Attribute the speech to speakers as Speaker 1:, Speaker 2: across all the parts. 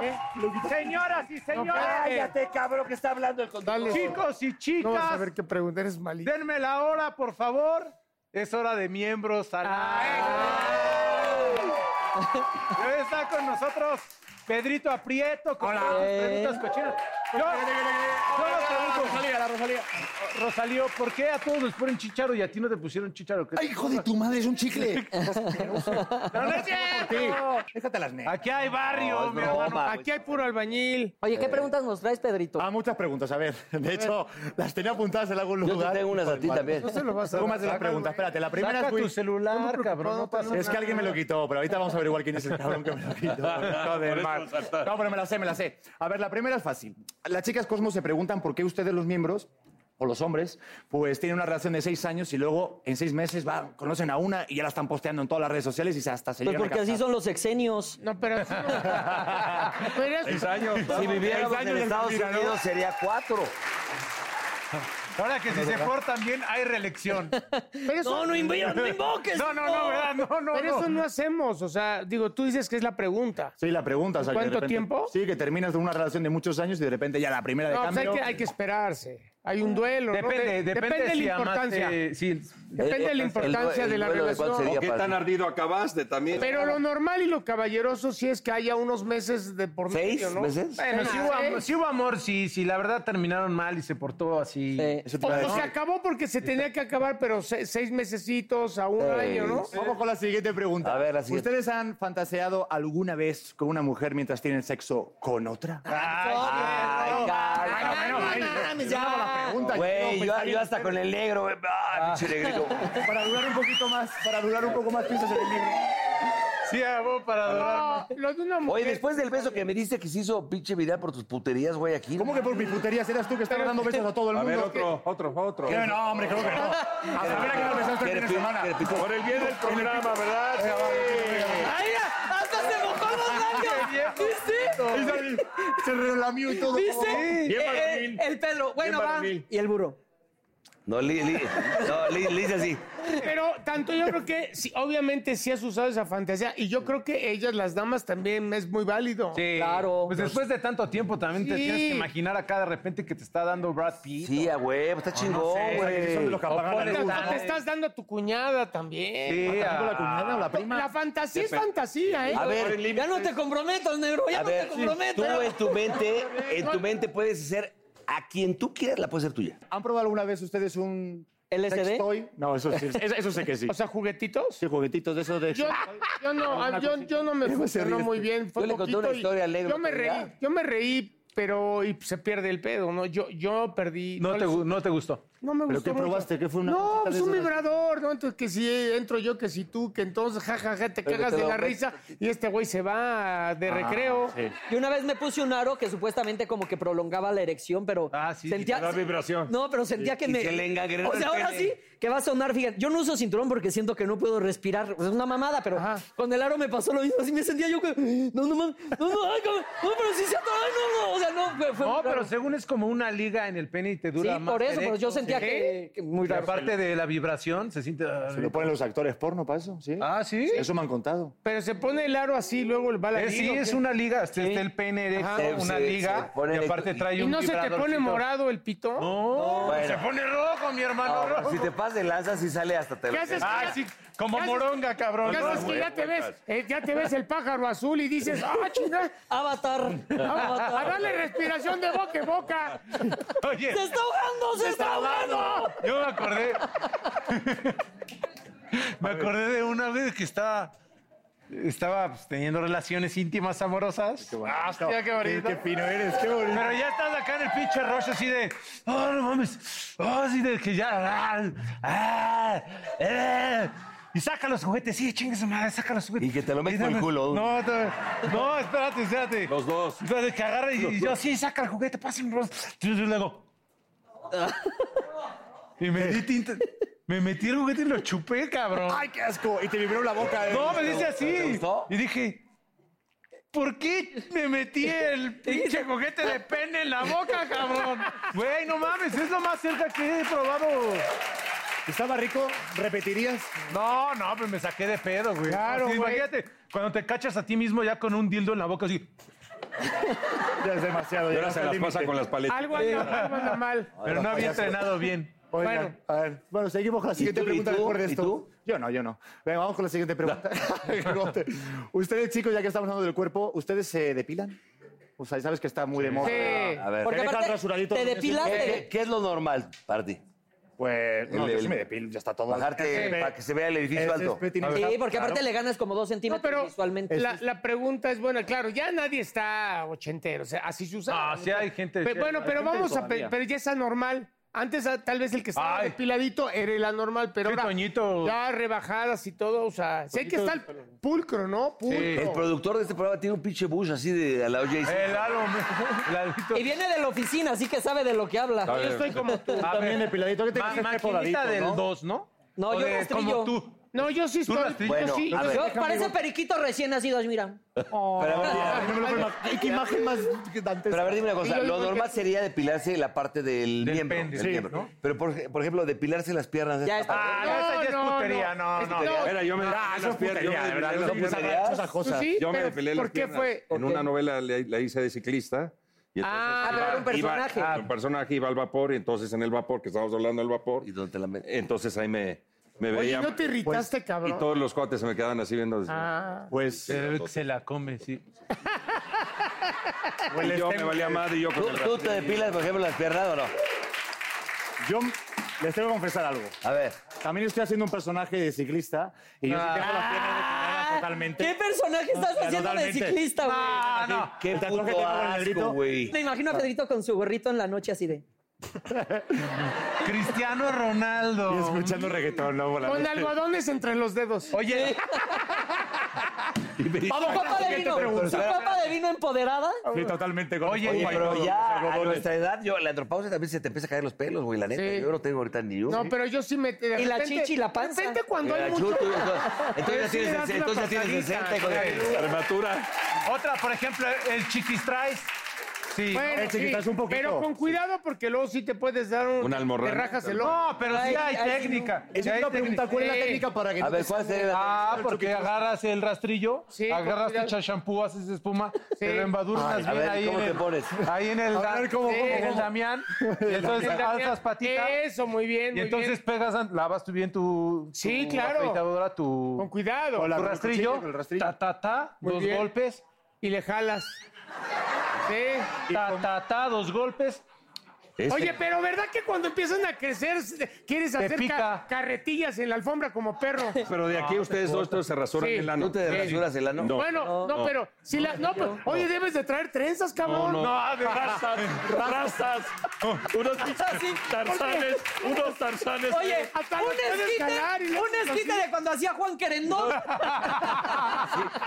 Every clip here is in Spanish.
Speaker 1: Bienvenidos, señoras y señores,
Speaker 2: Cállate, cabrón, que está hablando el conductor.
Speaker 3: Dale.
Speaker 1: chicos y
Speaker 3: No vas a
Speaker 1: chicas.
Speaker 3: ver qué pregunta, eres malito.
Speaker 1: Denme la hora, por favor. Es hora de miembros al aire. Hoy está con nosotros Pedrito Aprieto con todas sus preguntas cochinas. Yo, yo les pregunto, Rosalía, Rosalío, ¿por qué a todos les ponen chicharo y a ti no te pusieron chicharo? ¿Qué te
Speaker 2: Ay, hijo de tu madre, es un chicle.
Speaker 1: pasa? No, no es cierto.
Speaker 2: Déjate las negras.
Speaker 1: Aquí hay barrio, mi hermano.
Speaker 3: Aquí hay puro albañil.
Speaker 4: Oye, ¿qué preguntas nos traes, Pedrito?
Speaker 5: Eh, Ah, muchas preguntas, a ver. De hecho, las tenía apuntadas en algún lugar.
Speaker 2: Yo te tengo unas a ti
Speaker 5: Vale. pues,
Speaker 2: también.
Speaker 3: No se lo vas a
Speaker 5: Luego más de las preguntas. Espérate, la primera
Speaker 1: Saca
Speaker 5: es Will.
Speaker 1: tu celular, cabrón. No pasa
Speaker 5: Es que
Speaker 1: nada.
Speaker 5: alguien me lo quitó, pero ahorita vamos a averiguar quién es el cabrón que me lo quitó. Joder, man. No, pero me la sé, me la sé. A ver, la primera es fácil. Las chicas Cosmos se preguntan por qué ustedes los miembros o los hombres, pues tienen una relación de seis años y luego en seis meses va, conocen a una y ya la están posteando en todas las redes sociales y se- hasta se
Speaker 4: Pues
Speaker 5: llegan a
Speaker 4: porque así
Speaker 5: casar.
Speaker 4: son los exenios.
Speaker 3: No, pero así no. Pero eres-
Speaker 2: Si viviéramos en Estados Unidos sería cuatro.
Speaker 1: Ahora que si se portan bien, hay reelección.
Speaker 3: pero eso-
Speaker 4: No, no, invo- no invoques.
Speaker 1: No, no, no, ¿verdad? No, no,
Speaker 3: pero
Speaker 1: no.
Speaker 3: eso no hacemos. O sea, digo, tú dices que es la pregunta.
Speaker 5: Sí, la pregunta. o sea, que de
Speaker 3: ¿Cuánto
Speaker 5: repente-
Speaker 3: tiempo?
Speaker 5: Sí, que terminas de una relación de muchos años y de repente ya la primera de
Speaker 3: No, pues hay,
Speaker 5: cambio.
Speaker 3: que, hay que esperarse. Hay un duelo. ¿no? De-
Speaker 1: Depende, depende,
Speaker 3: de
Speaker 1: si
Speaker 3: la importancia.
Speaker 1: amaste-
Speaker 2: Eh,
Speaker 1: si-
Speaker 3: Eh, Depende de la importancia de la relación.
Speaker 2: ¿Qué tan ardiente?
Speaker 3: Pero lo normal y lo caballeroso sí es que haya unos meses de por medio,
Speaker 2: ¿Seis
Speaker 3: ¿no? Eh,
Speaker 2: meses?
Speaker 3: Bueno,
Speaker 1: Pero si
Speaker 3: sí,
Speaker 1: hubo, am-
Speaker 3: güey.
Speaker 1: sí hubo amor, si la verdad terminaron mal y se portó así.
Speaker 4: Eh,
Speaker 5: Eso te
Speaker 3: O,
Speaker 5: iba a
Speaker 3: o
Speaker 5: decir.
Speaker 3: se acabó porque se tenía que acabar, pero se- seis mesecitos a un año, ¿no?
Speaker 5: Pues, Vamos con la siguiente pregunta.
Speaker 2: A ver, la siguiente.
Speaker 5: ¿Ustedes han fantaseado alguna vez con una mujer mientras tienen sexo con otra?
Speaker 2: Ah, Ay,
Speaker 5: Ay, no, ay, yo no hago la pregunta,
Speaker 2: Güey,
Speaker 5: quiero
Speaker 2: yo,
Speaker 5: pensar
Speaker 2: yo hasta con el negro. güey. Ah, pinche negrito.
Speaker 5: en- Para durar un poquito más, para durar un poco más, piensas en el negro.
Speaker 1: Sí, amor, para adorar.
Speaker 3: No, lo de una mujer.
Speaker 2: Oye, después del beso que me diste que se hizo pinche viral por tus puterías, güey, aquí.
Speaker 5: ¿Cómo que por mis puterías eras tú que estabas dando besos a todo el mundo?
Speaker 1: otro, otro.
Speaker 5: Que- No, hombre, creo que no. A saber a qué nos besaste el fin de semana.
Speaker 2: Por el bien del programa, ¿verdad?
Speaker 4: ¡Ay, hasta se mojó los labios! ¿Viste?
Speaker 5: Se relamió y todo.
Speaker 4: ¿Viste? Eh, eh, el pelo. Bueno, va. Y el burro.
Speaker 2: No, Liz, Liz, no, Liz, Liz así.
Speaker 3: Pero tanto yo creo que sí, obviamente sí has usado esa fantasía y yo creo que ellas, las damas, también es muy válido.
Speaker 4: Claro.
Speaker 1: Pues después de tanto tiempo también te
Speaker 3: Sí.
Speaker 1: tienes que imaginar acá de repente que te está dando Brad Pitt.
Speaker 2: Sí, a huevo,
Speaker 3: Ah,
Speaker 1: Oh,
Speaker 2: está chingón,
Speaker 5: Que son de
Speaker 2: güey.
Speaker 5: los que apagan la
Speaker 1: pones
Speaker 5: luz.
Speaker 3: Tanto
Speaker 1: Claro.
Speaker 3: te estás dando a tu cuñada
Speaker 2: Eh,
Speaker 3: también.
Speaker 1: Sí,
Speaker 5: ¿Con la
Speaker 1: a-
Speaker 5: cuñada o la prima?
Speaker 3: ah, La fantasía es fantasía, ¿eh?
Speaker 2: ah, A ver,
Speaker 4: Ya no te comprometas, negro. Ya
Speaker 2: A
Speaker 4: no
Speaker 2: ver,
Speaker 4: te
Speaker 2: tú
Speaker 4: comprometas.
Speaker 2: en tu mente, en tu mente puedes ser a quien tú quieras, la puedes ser tuya.
Speaker 5: ¿Han probado alguna vez ustedes un
Speaker 4: ¿LSD?
Speaker 5: sextoy? No, eso sí. Eso, eso sé que sí.
Speaker 3: O sea, juguetitos.
Speaker 5: Sí, juguetitos de esos de...
Speaker 3: Yo, yo no, ah, yo, yo no me funcionó muy bien. Fue
Speaker 4: Yo le conté
Speaker 3: poquito
Speaker 4: una
Speaker 3: y-
Speaker 4: historia alegre
Speaker 3: Yo me
Speaker 4: otro día.
Speaker 3: reí, yo me reí, pero y se pierde el pedo, ¿no? Yo, yo perdí.
Speaker 1: no, te,
Speaker 3: les-
Speaker 1: gu- no te gustó.
Speaker 3: No me
Speaker 5: ¿Pero
Speaker 3: gustó
Speaker 5: qué
Speaker 3: mucho.
Speaker 5: probaste? ¿Qué fue una
Speaker 3: No,
Speaker 5: cosita
Speaker 3: pues
Speaker 5: de
Speaker 3: un
Speaker 5: esas?
Speaker 3: vibrador, ¿no? Entonces que si entro yo, que si tú, que entonces jajaja, te
Speaker 2: Pero
Speaker 3: cagas
Speaker 2: te
Speaker 3: de
Speaker 2: lo
Speaker 3: la
Speaker 2: ves-
Speaker 3: risa y este güey se va Ah, de recreo.
Speaker 2: Ah,
Speaker 4: Y una vez me puse un aro que supuestamente como que prolongaba la erección, pero
Speaker 1: Ah, sí,
Speaker 4: sentía
Speaker 1: y te da vibración.
Speaker 4: No, pero sentía que
Speaker 2: y
Speaker 4: me
Speaker 2: se le engangrenó
Speaker 4: O sea,
Speaker 2: el
Speaker 4: ahora
Speaker 2: pene.
Speaker 4: sí que va a sonar, fíjate, yo no uso cinturón porque siento que no puedo respirar, es una mamada, pero con el aro me pasó lo mismo, así me sentía yo que no no mames, no no, ay, cabrón, no, pero sí se atoró, ay, no no, o sea, no, fue, fue
Speaker 1: No,
Speaker 4: muy raro.
Speaker 1: pero según es como una liga en el pene y te
Speaker 4: Sí,
Speaker 1: dura más.
Speaker 4: por eso,
Speaker 1: el
Speaker 4: pero yo
Speaker 1: erecto,
Speaker 4: sentía
Speaker 1: sí.
Speaker 4: que, que muy
Speaker 1: Y
Speaker 4: raro.
Speaker 1: aparte de la vibración, se siente.
Speaker 5: Se lo ponen los actores porno para eso, ¿sí?
Speaker 1: Ah, sí.
Speaker 5: Eso me han contado.
Speaker 3: Pero se pone el aro así, luego va la
Speaker 1: Eh, sí,
Speaker 3: liga, ¿o
Speaker 1: es
Speaker 3: qué?
Speaker 1: una liga. Está está este, el pene erecto,
Speaker 2: Se-
Speaker 1: una
Speaker 2: se-
Speaker 1: liga.
Speaker 2: se pone
Speaker 1: y aparte
Speaker 2: erecto.
Speaker 1: trae
Speaker 3: ¿Y
Speaker 1: un
Speaker 3: no se te pone
Speaker 1: vibradorcito.
Speaker 3: morado el pito?
Speaker 1: No,
Speaker 2: Bueno.
Speaker 1: se pone rojo, mi hermano.
Speaker 2: No,
Speaker 1: rojo.
Speaker 2: si te pasas de lanza, sí sale hasta te
Speaker 3: ¿Qué haces?
Speaker 1: Ah, sí, como
Speaker 3: ¿Qué haces?
Speaker 1: moronga, cabrón.
Speaker 3: ¿Qué
Speaker 1: No,
Speaker 3: haces que ya te ves, eh, ya te ves el pájaro azul y dices, ¡ah, chinga!
Speaker 4: Avatar.
Speaker 3: A, a
Speaker 4: Avatar.
Speaker 3: darle respiración de boca en boca.
Speaker 1: Oye,
Speaker 4: ¡Se está ahogando! ¡Se está ahogando!
Speaker 1: yo me acordé. me acordé de una vez que estaba. Estaba pues, teniendo relaciones íntimas amorosas. Ah, hostia, qué bonito.
Speaker 5: Qué fino eres, qué bonito.
Speaker 1: Pero ya estás acá en el pinche rush así de, oh, no mames, oh, así de que ya, ah, ah, eh". Y saca los juguetes, sí, chingue su madre, saca los juguetes.
Speaker 2: Y que te lo metes
Speaker 1: Y
Speaker 2: por el
Speaker 1: dame-
Speaker 2: culo.
Speaker 1: No, te- no, espérate, espérate.
Speaker 6: Los dos.
Speaker 1: Entonces que agarra y, y yo, sí, saca el juguete, pásenme los. Y luego. Y me di tinta- Me metí el juguete y lo chupé, cabrón.
Speaker 5: ¡Ay, qué asco! Y te vibró la boca. eh.
Speaker 1: No, me dice
Speaker 2: ¿Te
Speaker 1: así.
Speaker 2: gustó?
Speaker 1: Y dije, ¿por qué me metí el pinche coquete de pene en la boca, cabrón? Güey, no mames, es lo más cerca que he probado.
Speaker 5: ¿Estaba rico? ¿Repetirías?
Speaker 1: No, no, pues me saqué de pedo, güey.
Speaker 3: Claro,
Speaker 1: Así,
Speaker 3: güey.
Speaker 1: Imagínate, cuando te cachas a ti mismo ya con un dildo en la boca, así.
Speaker 5: Ya es demasiado.
Speaker 6: Y
Speaker 5: ya
Speaker 6: ahora
Speaker 5: no
Speaker 6: se
Speaker 5: está
Speaker 6: las
Speaker 5: el
Speaker 6: pasa
Speaker 5: límite.
Speaker 6: con las paletas.
Speaker 3: Algo anda, algo anda mal.
Speaker 1: Pero no había entrenado bien.
Speaker 5: Oigan,
Speaker 3: Bueno.
Speaker 5: a ver, bueno, seguimos con la siguiente
Speaker 2: tú? ¿Y
Speaker 5: pregunta
Speaker 2: tú?
Speaker 5: después de
Speaker 2: ¿Y
Speaker 5: esto.
Speaker 2: tú?
Speaker 5: Yo no, yo no. Venga, vamos con la siguiente pregunta. Bigote. ustedes, chicos, ya que estamos hablando del cuerpo, ¿ustedes se depilan? O sea, sabes que está muy de moda.
Speaker 3: Sí.
Speaker 2: A ver.
Speaker 5: Te
Speaker 4: Porque
Speaker 5: dejan
Speaker 4: aparte,
Speaker 5: rasuradito. Eh,
Speaker 4: te depilas,
Speaker 2: ¿Qué,
Speaker 4: te
Speaker 2: qué- qué es lo normal para ti?
Speaker 5: Pues, no,
Speaker 2: El-
Speaker 5: yo
Speaker 2: el-
Speaker 5: sí me depilo, ya está todo.
Speaker 2: Bajarte
Speaker 5: Sí.
Speaker 2: para que se vea el edificio
Speaker 5: Es-
Speaker 2: alto.
Speaker 5: es petina-
Speaker 4: Sí, porque
Speaker 5: Claro.
Speaker 4: aparte le ganas como dos
Speaker 3: No,
Speaker 4: centímetros
Speaker 3: pero
Speaker 4: visualmente.
Speaker 3: la, la pregunta es buena. Claro, ya nadie está ochentero. O sea, así se usa.
Speaker 1: Ah, sí hay gente-
Speaker 3: Pero, bueno,
Speaker 1: hay
Speaker 3: pero
Speaker 1: gente
Speaker 3: vamos a...
Speaker 1: todavía.
Speaker 3: pe- Pero ya es anormal. Antes ah, tal vez el que estaba
Speaker 1: Ay.
Speaker 3: depiladito era el anormal, pero
Speaker 1: Sí,
Speaker 3: ahora
Speaker 1: Toñito.
Speaker 3: ya rebajadas y todo, o sea, sé que está el pulcro, ¿no? Pulcro.
Speaker 2: El productor de este programa tiene un pinche bush así de a la OJ.
Speaker 1: El álbum. el alito.
Speaker 4: Y viene de la oficina, así que sabe de lo que habla.
Speaker 3: Yo estoy como tú.
Speaker 1: A
Speaker 5: También
Speaker 1: ver,
Speaker 5: depiladito. ¿Qué te
Speaker 1: ma-
Speaker 5: crees que es
Speaker 1: maquinita
Speaker 5: podadito,
Speaker 1: del
Speaker 5: no?
Speaker 1: 2, ¿no?
Speaker 4: No,
Speaker 1: O
Speaker 4: yo
Speaker 1: de-
Speaker 4: rastrillo.
Speaker 1: Como tú.
Speaker 3: No, yo sí
Speaker 1: Tú
Speaker 3: estoy.
Speaker 1: las-
Speaker 3: yo
Speaker 2: Bueno,
Speaker 3: sí,
Speaker 2: a
Speaker 3: yo
Speaker 2: ver.
Speaker 4: Yo, parece periquito recién nacido, mira.
Speaker 5: No me lo puedo imaginar. Ay, qué imagen más
Speaker 2: Oh. Pero a
Speaker 5: dantesca.
Speaker 2: ver, dime una
Speaker 3: Y
Speaker 2: cosa.
Speaker 3: yo
Speaker 2: Lo
Speaker 3: digo
Speaker 2: normal sería depilarse la parte del,
Speaker 1: Del
Speaker 2: miembro.
Speaker 1: pene,
Speaker 2: del
Speaker 1: sí,
Speaker 2: miembro.
Speaker 1: ¿no?
Speaker 2: Pero, por, ej- por ejemplo, depilarse las piernas.
Speaker 4: Ya
Speaker 2: esta
Speaker 4: está.
Speaker 1: Ah, no, esa ya es
Speaker 3: No, no,
Speaker 1: putería,
Speaker 3: no.
Speaker 1: no, no.
Speaker 3: Es- no.
Speaker 6: Era, yo me
Speaker 5: Ah,
Speaker 6: depilé las piernas, yo me
Speaker 5: putería,
Speaker 6: depilé
Speaker 5: de
Speaker 6: las
Speaker 5: verdad,
Speaker 6: piernas.
Speaker 5: muchas muchas
Speaker 2: Pues
Speaker 5: cosas.
Speaker 3: Pues sí,
Speaker 6: Yo me
Speaker 3: pero
Speaker 6: depilé las
Speaker 3: ¿Por qué
Speaker 6: piernas.
Speaker 3: fue?
Speaker 6: En una novela le- la hice de ciclista. Y entonces
Speaker 3: Ah,
Speaker 6: iba-
Speaker 4: pero era un
Speaker 6: iba-
Speaker 4: personaje.
Speaker 6: ah, un personaje iba al vapor y entonces en el vapor, que estábamos hablando del vapor,
Speaker 2: ¿Y dónde te la metes?
Speaker 6: entonces ahí me, me
Speaker 3: Oye,
Speaker 6: veía. pues,
Speaker 3: ¿no te irritaste,
Speaker 6: y
Speaker 3: cabrón?
Speaker 6: todos los cuates se me quedaban así viendo. desde-
Speaker 3: Ah.
Speaker 5: Pues,
Speaker 1: Se ve que se la come, sí. Pues
Speaker 6: Y yo me valía madre y yo con
Speaker 2: ¿Tú,
Speaker 6: el
Speaker 2: tú te depilas, por ejemplo, las piernas o no?
Speaker 5: yo les tengo que confesar algo.
Speaker 2: A ver.
Speaker 5: También estoy haciendo un personaje de ciclista y yo sí tengo las piernas depiladas totalmente.
Speaker 4: ¿Qué personaje estás
Speaker 5: Ya,
Speaker 4: haciendo de
Speaker 5: totalmente.
Speaker 4: ciclista, güey?
Speaker 1: Ah, no.
Speaker 2: Qué
Speaker 5: El tatuaje
Speaker 2: puto
Speaker 5: que tengo en el
Speaker 2: asco,
Speaker 5: grito.
Speaker 2: güey.
Speaker 4: Me imagino a Pedrito con su gorrito en la noche así de...
Speaker 1: Cristiano Ronaldo.
Speaker 5: Y escuchando reggaetón, ¿no? Volando.
Speaker 3: Con algodones entre los dedos.
Speaker 1: Oye,
Speaker 4: ¿Su copa de vino? ¿Su copa de vino empoderada?
Speaker 5: Sí, totalmente. Con
Speaker 1: Oye,
Speaker 2: Oye,
Speaker 5: Oye,
Speaker 2: pero
Speaker 5: todos
Speaker 2: ya
Speaker 5: los
Speaker 2: a
Speaker 5: algodones.
Speaker 2: nuestra edad, yo, la andropausia también se te empieza a caer los pelos, güey, la neta.
Speaker 3: Sí.
Speaker 2: Yo no tengo ahorita ni uno.
Speaker 3: No, pero yo sí me... de
Speaker 4: Y la
Speaker 3: repente-
Speaker 4: chichi y la panza.
Speaker 3: De repente cuando
Speaker 2: Mira,
Speaker 3: hay
Speaker 2: tú,
Speaker 3: mucho...
Speaker 2: tú, entonces- entonces ya
Speaker 3: sí le das
Speaker 2: tienes,
Speaker 3: una
Speaker 2: entonces ya tienes
Speaker 3: pasadita,
Speaker 2: 60, hijo de-
Speaker 3: güey.
Speaker 6: Armatura.
Speaker 1: otra, por ejemplo, el chiquistrais. Sí.
Speaker 3: Bueno,
Speaker 5: Eh, chiquitas,
Speaker 3: sí,
Speaker 5: un poquito.
Speaker 3: Pero con cuidado porque luego sí te puedes dar un...
Speaker 6: Una almorrana.
Speaker 3: Te rajas el ojo.
Speaker 1: no, pero sí
Speaker 4: Ay,
Speaker 1: hay
Speaker 4: ay,
Speaker 1: técnica.
Speaker 5: Esa
Speaker 1: sí
Speaker 5: es
Speaker 1: hay
Speaker 5: una pregunta. ¿Cuál es la
Speaker 3: Sí.
Speaker 5: técnica para que
Speaker 2: A
Speaker 5: no
Speaker 2: ver,
Speaker 5: te-
Speaker 2: ¿cuál sería la
Speaker 1: Ah, porque agarras el rastrillo,
Speaker 3: Sí, con
Speaker 1: agarras tu
Speaker 3: cuidado.
Speaker 1: champú, haces espuma, te lo embadurnas
Speaker 2: Ay, a
Speaker 1: bien
Speaker 2: ver,
Speaker 1: ahí
Speaker 2: ¿cómo
Speaker 1: en
Speaker 2: te
Speaker 1: el,
Speaker 2: pones?
Speaker 1: ahí en el,
Speaker 5: A ver, ¿cómo,
Speaker 1: en
Speaker 5: cómo,
Speaker 1: el
Speaker 5: cómo?
Speaker 1: Damián, y entonces alzas patita
Speaker 3: Eso, muy bien,
Speaker 1: y
Speaker 3: muy
Speaker 1: entonces
Speaker 3: bien.
Speaker 1: pegas, an- lavas tú bien tu,
Speaker 3: Sí,
Speaker 1: tu
Speaker 3: claro.
Speaker 1: afeitadora, tu,
Speaker 3: Con cuidado.
Speaker 5: Hola.
Speaker 1: tu
Speaker 5: Con el
Speaker 1: rastrillo,
Speaker 5: cuchillo, con el rastrillo.
Speaker 1: ta ta ta,
Speaker 3: Muy
Speaker 1: dos
Speaker 3: bien.
Speaker 1: golpes,
Speaker 3: Y le jalas. Sí.
Speaker 1: ta ta ta, dos golpes,
Speaker 3: Oye, pero ¿verdad que cuando empiezan a crecer se- quieres hacer
Speaker 1: pica.
Speaker 3: ca- carretillas en la alfombra como perro?
Speaker 6: Pero de aquí ustedes dos todos se rasuran
Speaker 3: Sí.
Speaker 6: el
Speaker 2: ¿No
Speaker 6: ano.
Speaker 2: te rasuras el ano?
Speaker 6: No.
Speaker 3: bueno, no, pero si la, no, pues, oye, debes de traer trenzas, cabrón.
Speaker 6: No, no.
Speaker 2: Ah,
Speaker 1: de razas, razas, unos
Speaker 4: Así, tarzanes,
Speaker 1: unos tarzanes.
Speaker 4: Oye,
Speaker 3: Hasta
Speaker 4: un
Speaker 3: lo puedes jalar y
Speaker 4: esquite,
Speaker 3: le
Speaker 4: un
Speaker 3: haces
Speaker 4: esquite de cuando hacía Juan Querendón.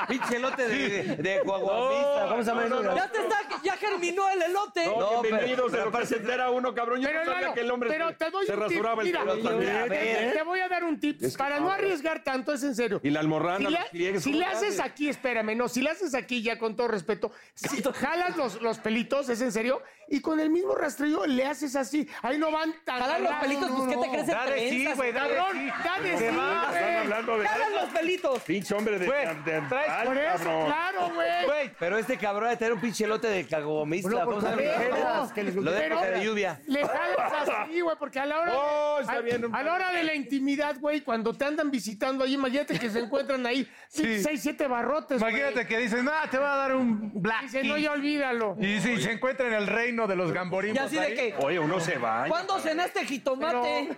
Speaker 2: Pinche lote de, de, Oh, de coaguamista. ¿Cómo se llama eso?
Speaker 4: Ya te está, ya germinó el elote.
Speaker 2: No, pero-
Speaker 6: Bienvenidos
Speaker 2: pero
Speaker 6: a lo que se era uno, cabrón. Yo no sabía
Speaker 3: Lalo,
Speaker 6: que el hombre
Speaker 3: pero
Speaker 6: se,
Speaker 3: te doy
Speaker 6: se
Speaker 3: un tip.
Speaker 6: rasuraba el
Speaker 3: Mira,
Speaker 6: pelo
Speaker 3: mira,
Speaker 6: también.
Speaker 3: te, te voy a dar un tip. para no arriesgar tanto, es en serio.
Speaker 6: Y la almorrana,
Speaker 3: Si le,
Speaker 6: los pliegues,
Speaker 3: si
Speaker 6: ¿cómo
Speaker 3: le
Speaker 6: le
Speaker 3: haces
Speaker 6: haces?
Speaker 3: aquí, espérame, no, si le haces aquí ya con todo respeto, si jalas los, los pelitos, es en serio, y con el mismo rastrillo le haces así. Ahí no van tan
Speaker 7: Jalar los
Speaker 3: raros,
Speaker 7: pelitos,
Speaker 3: no,
Speaker 7: pues ¿qué
Speaker 3: no.
Speaker 7: te crees en
Speaker 1: Dale, sí,
Speaker 7: trenzas?
Speaker 1: güey, dale.
Speaker 3: Cabrón, dale,
Speaker 1: Te
Speaker 3: sí,
Speaker 1: vas,
Speaker 3: güey.
Speaker 6: Están hablando de...
Speaker 7: Jalan los pelitos.
Speaker 6: Pinche hombre de...
Speaker 1: Güey,
Speaker 6: de-
Speaker 1: traes
Speaker 6: Ay,
Speaker 3: Por eso,
Speaker 6: cabrón.
Speaker 3: claro, güey.
Speaker 1: Güey,
Speaker 2: Pero este cabrón de tener un pinche lote de cagomista. ¿Cómo se llama? Lo de época de lluvia.
Speaker 3: Le jalas así, güey, porque a la hora. de-
Speaker 6: Oh, está
Speaker 3: a,
Speaker 6: bien, un-
Speaker 3: a la hora de la intimidad, güey, cuando te andan visitando ahí, imagínate que se encuentran ahí seis, siete barrotes. güey.
Speaker 1: imagínate que dicen, ah, te va a dar un black.
Speaker 3: Dice, no,
Speaker 1: tea".
Speaker 3: ya olvídalo.
Speaker 1: Y dice, y se encuentra en el reino de los
Speaker 7: Y
Speaker 1: gamborimos.
Speaker 7: así de
Speaker 1: ahí.
Speaker 7: que,
Speaker 6: Oye, uno se baña.
Speaker 7: ¿cuándo cenaste
Speaker 3: Pero-
Speaker 7: jitomate?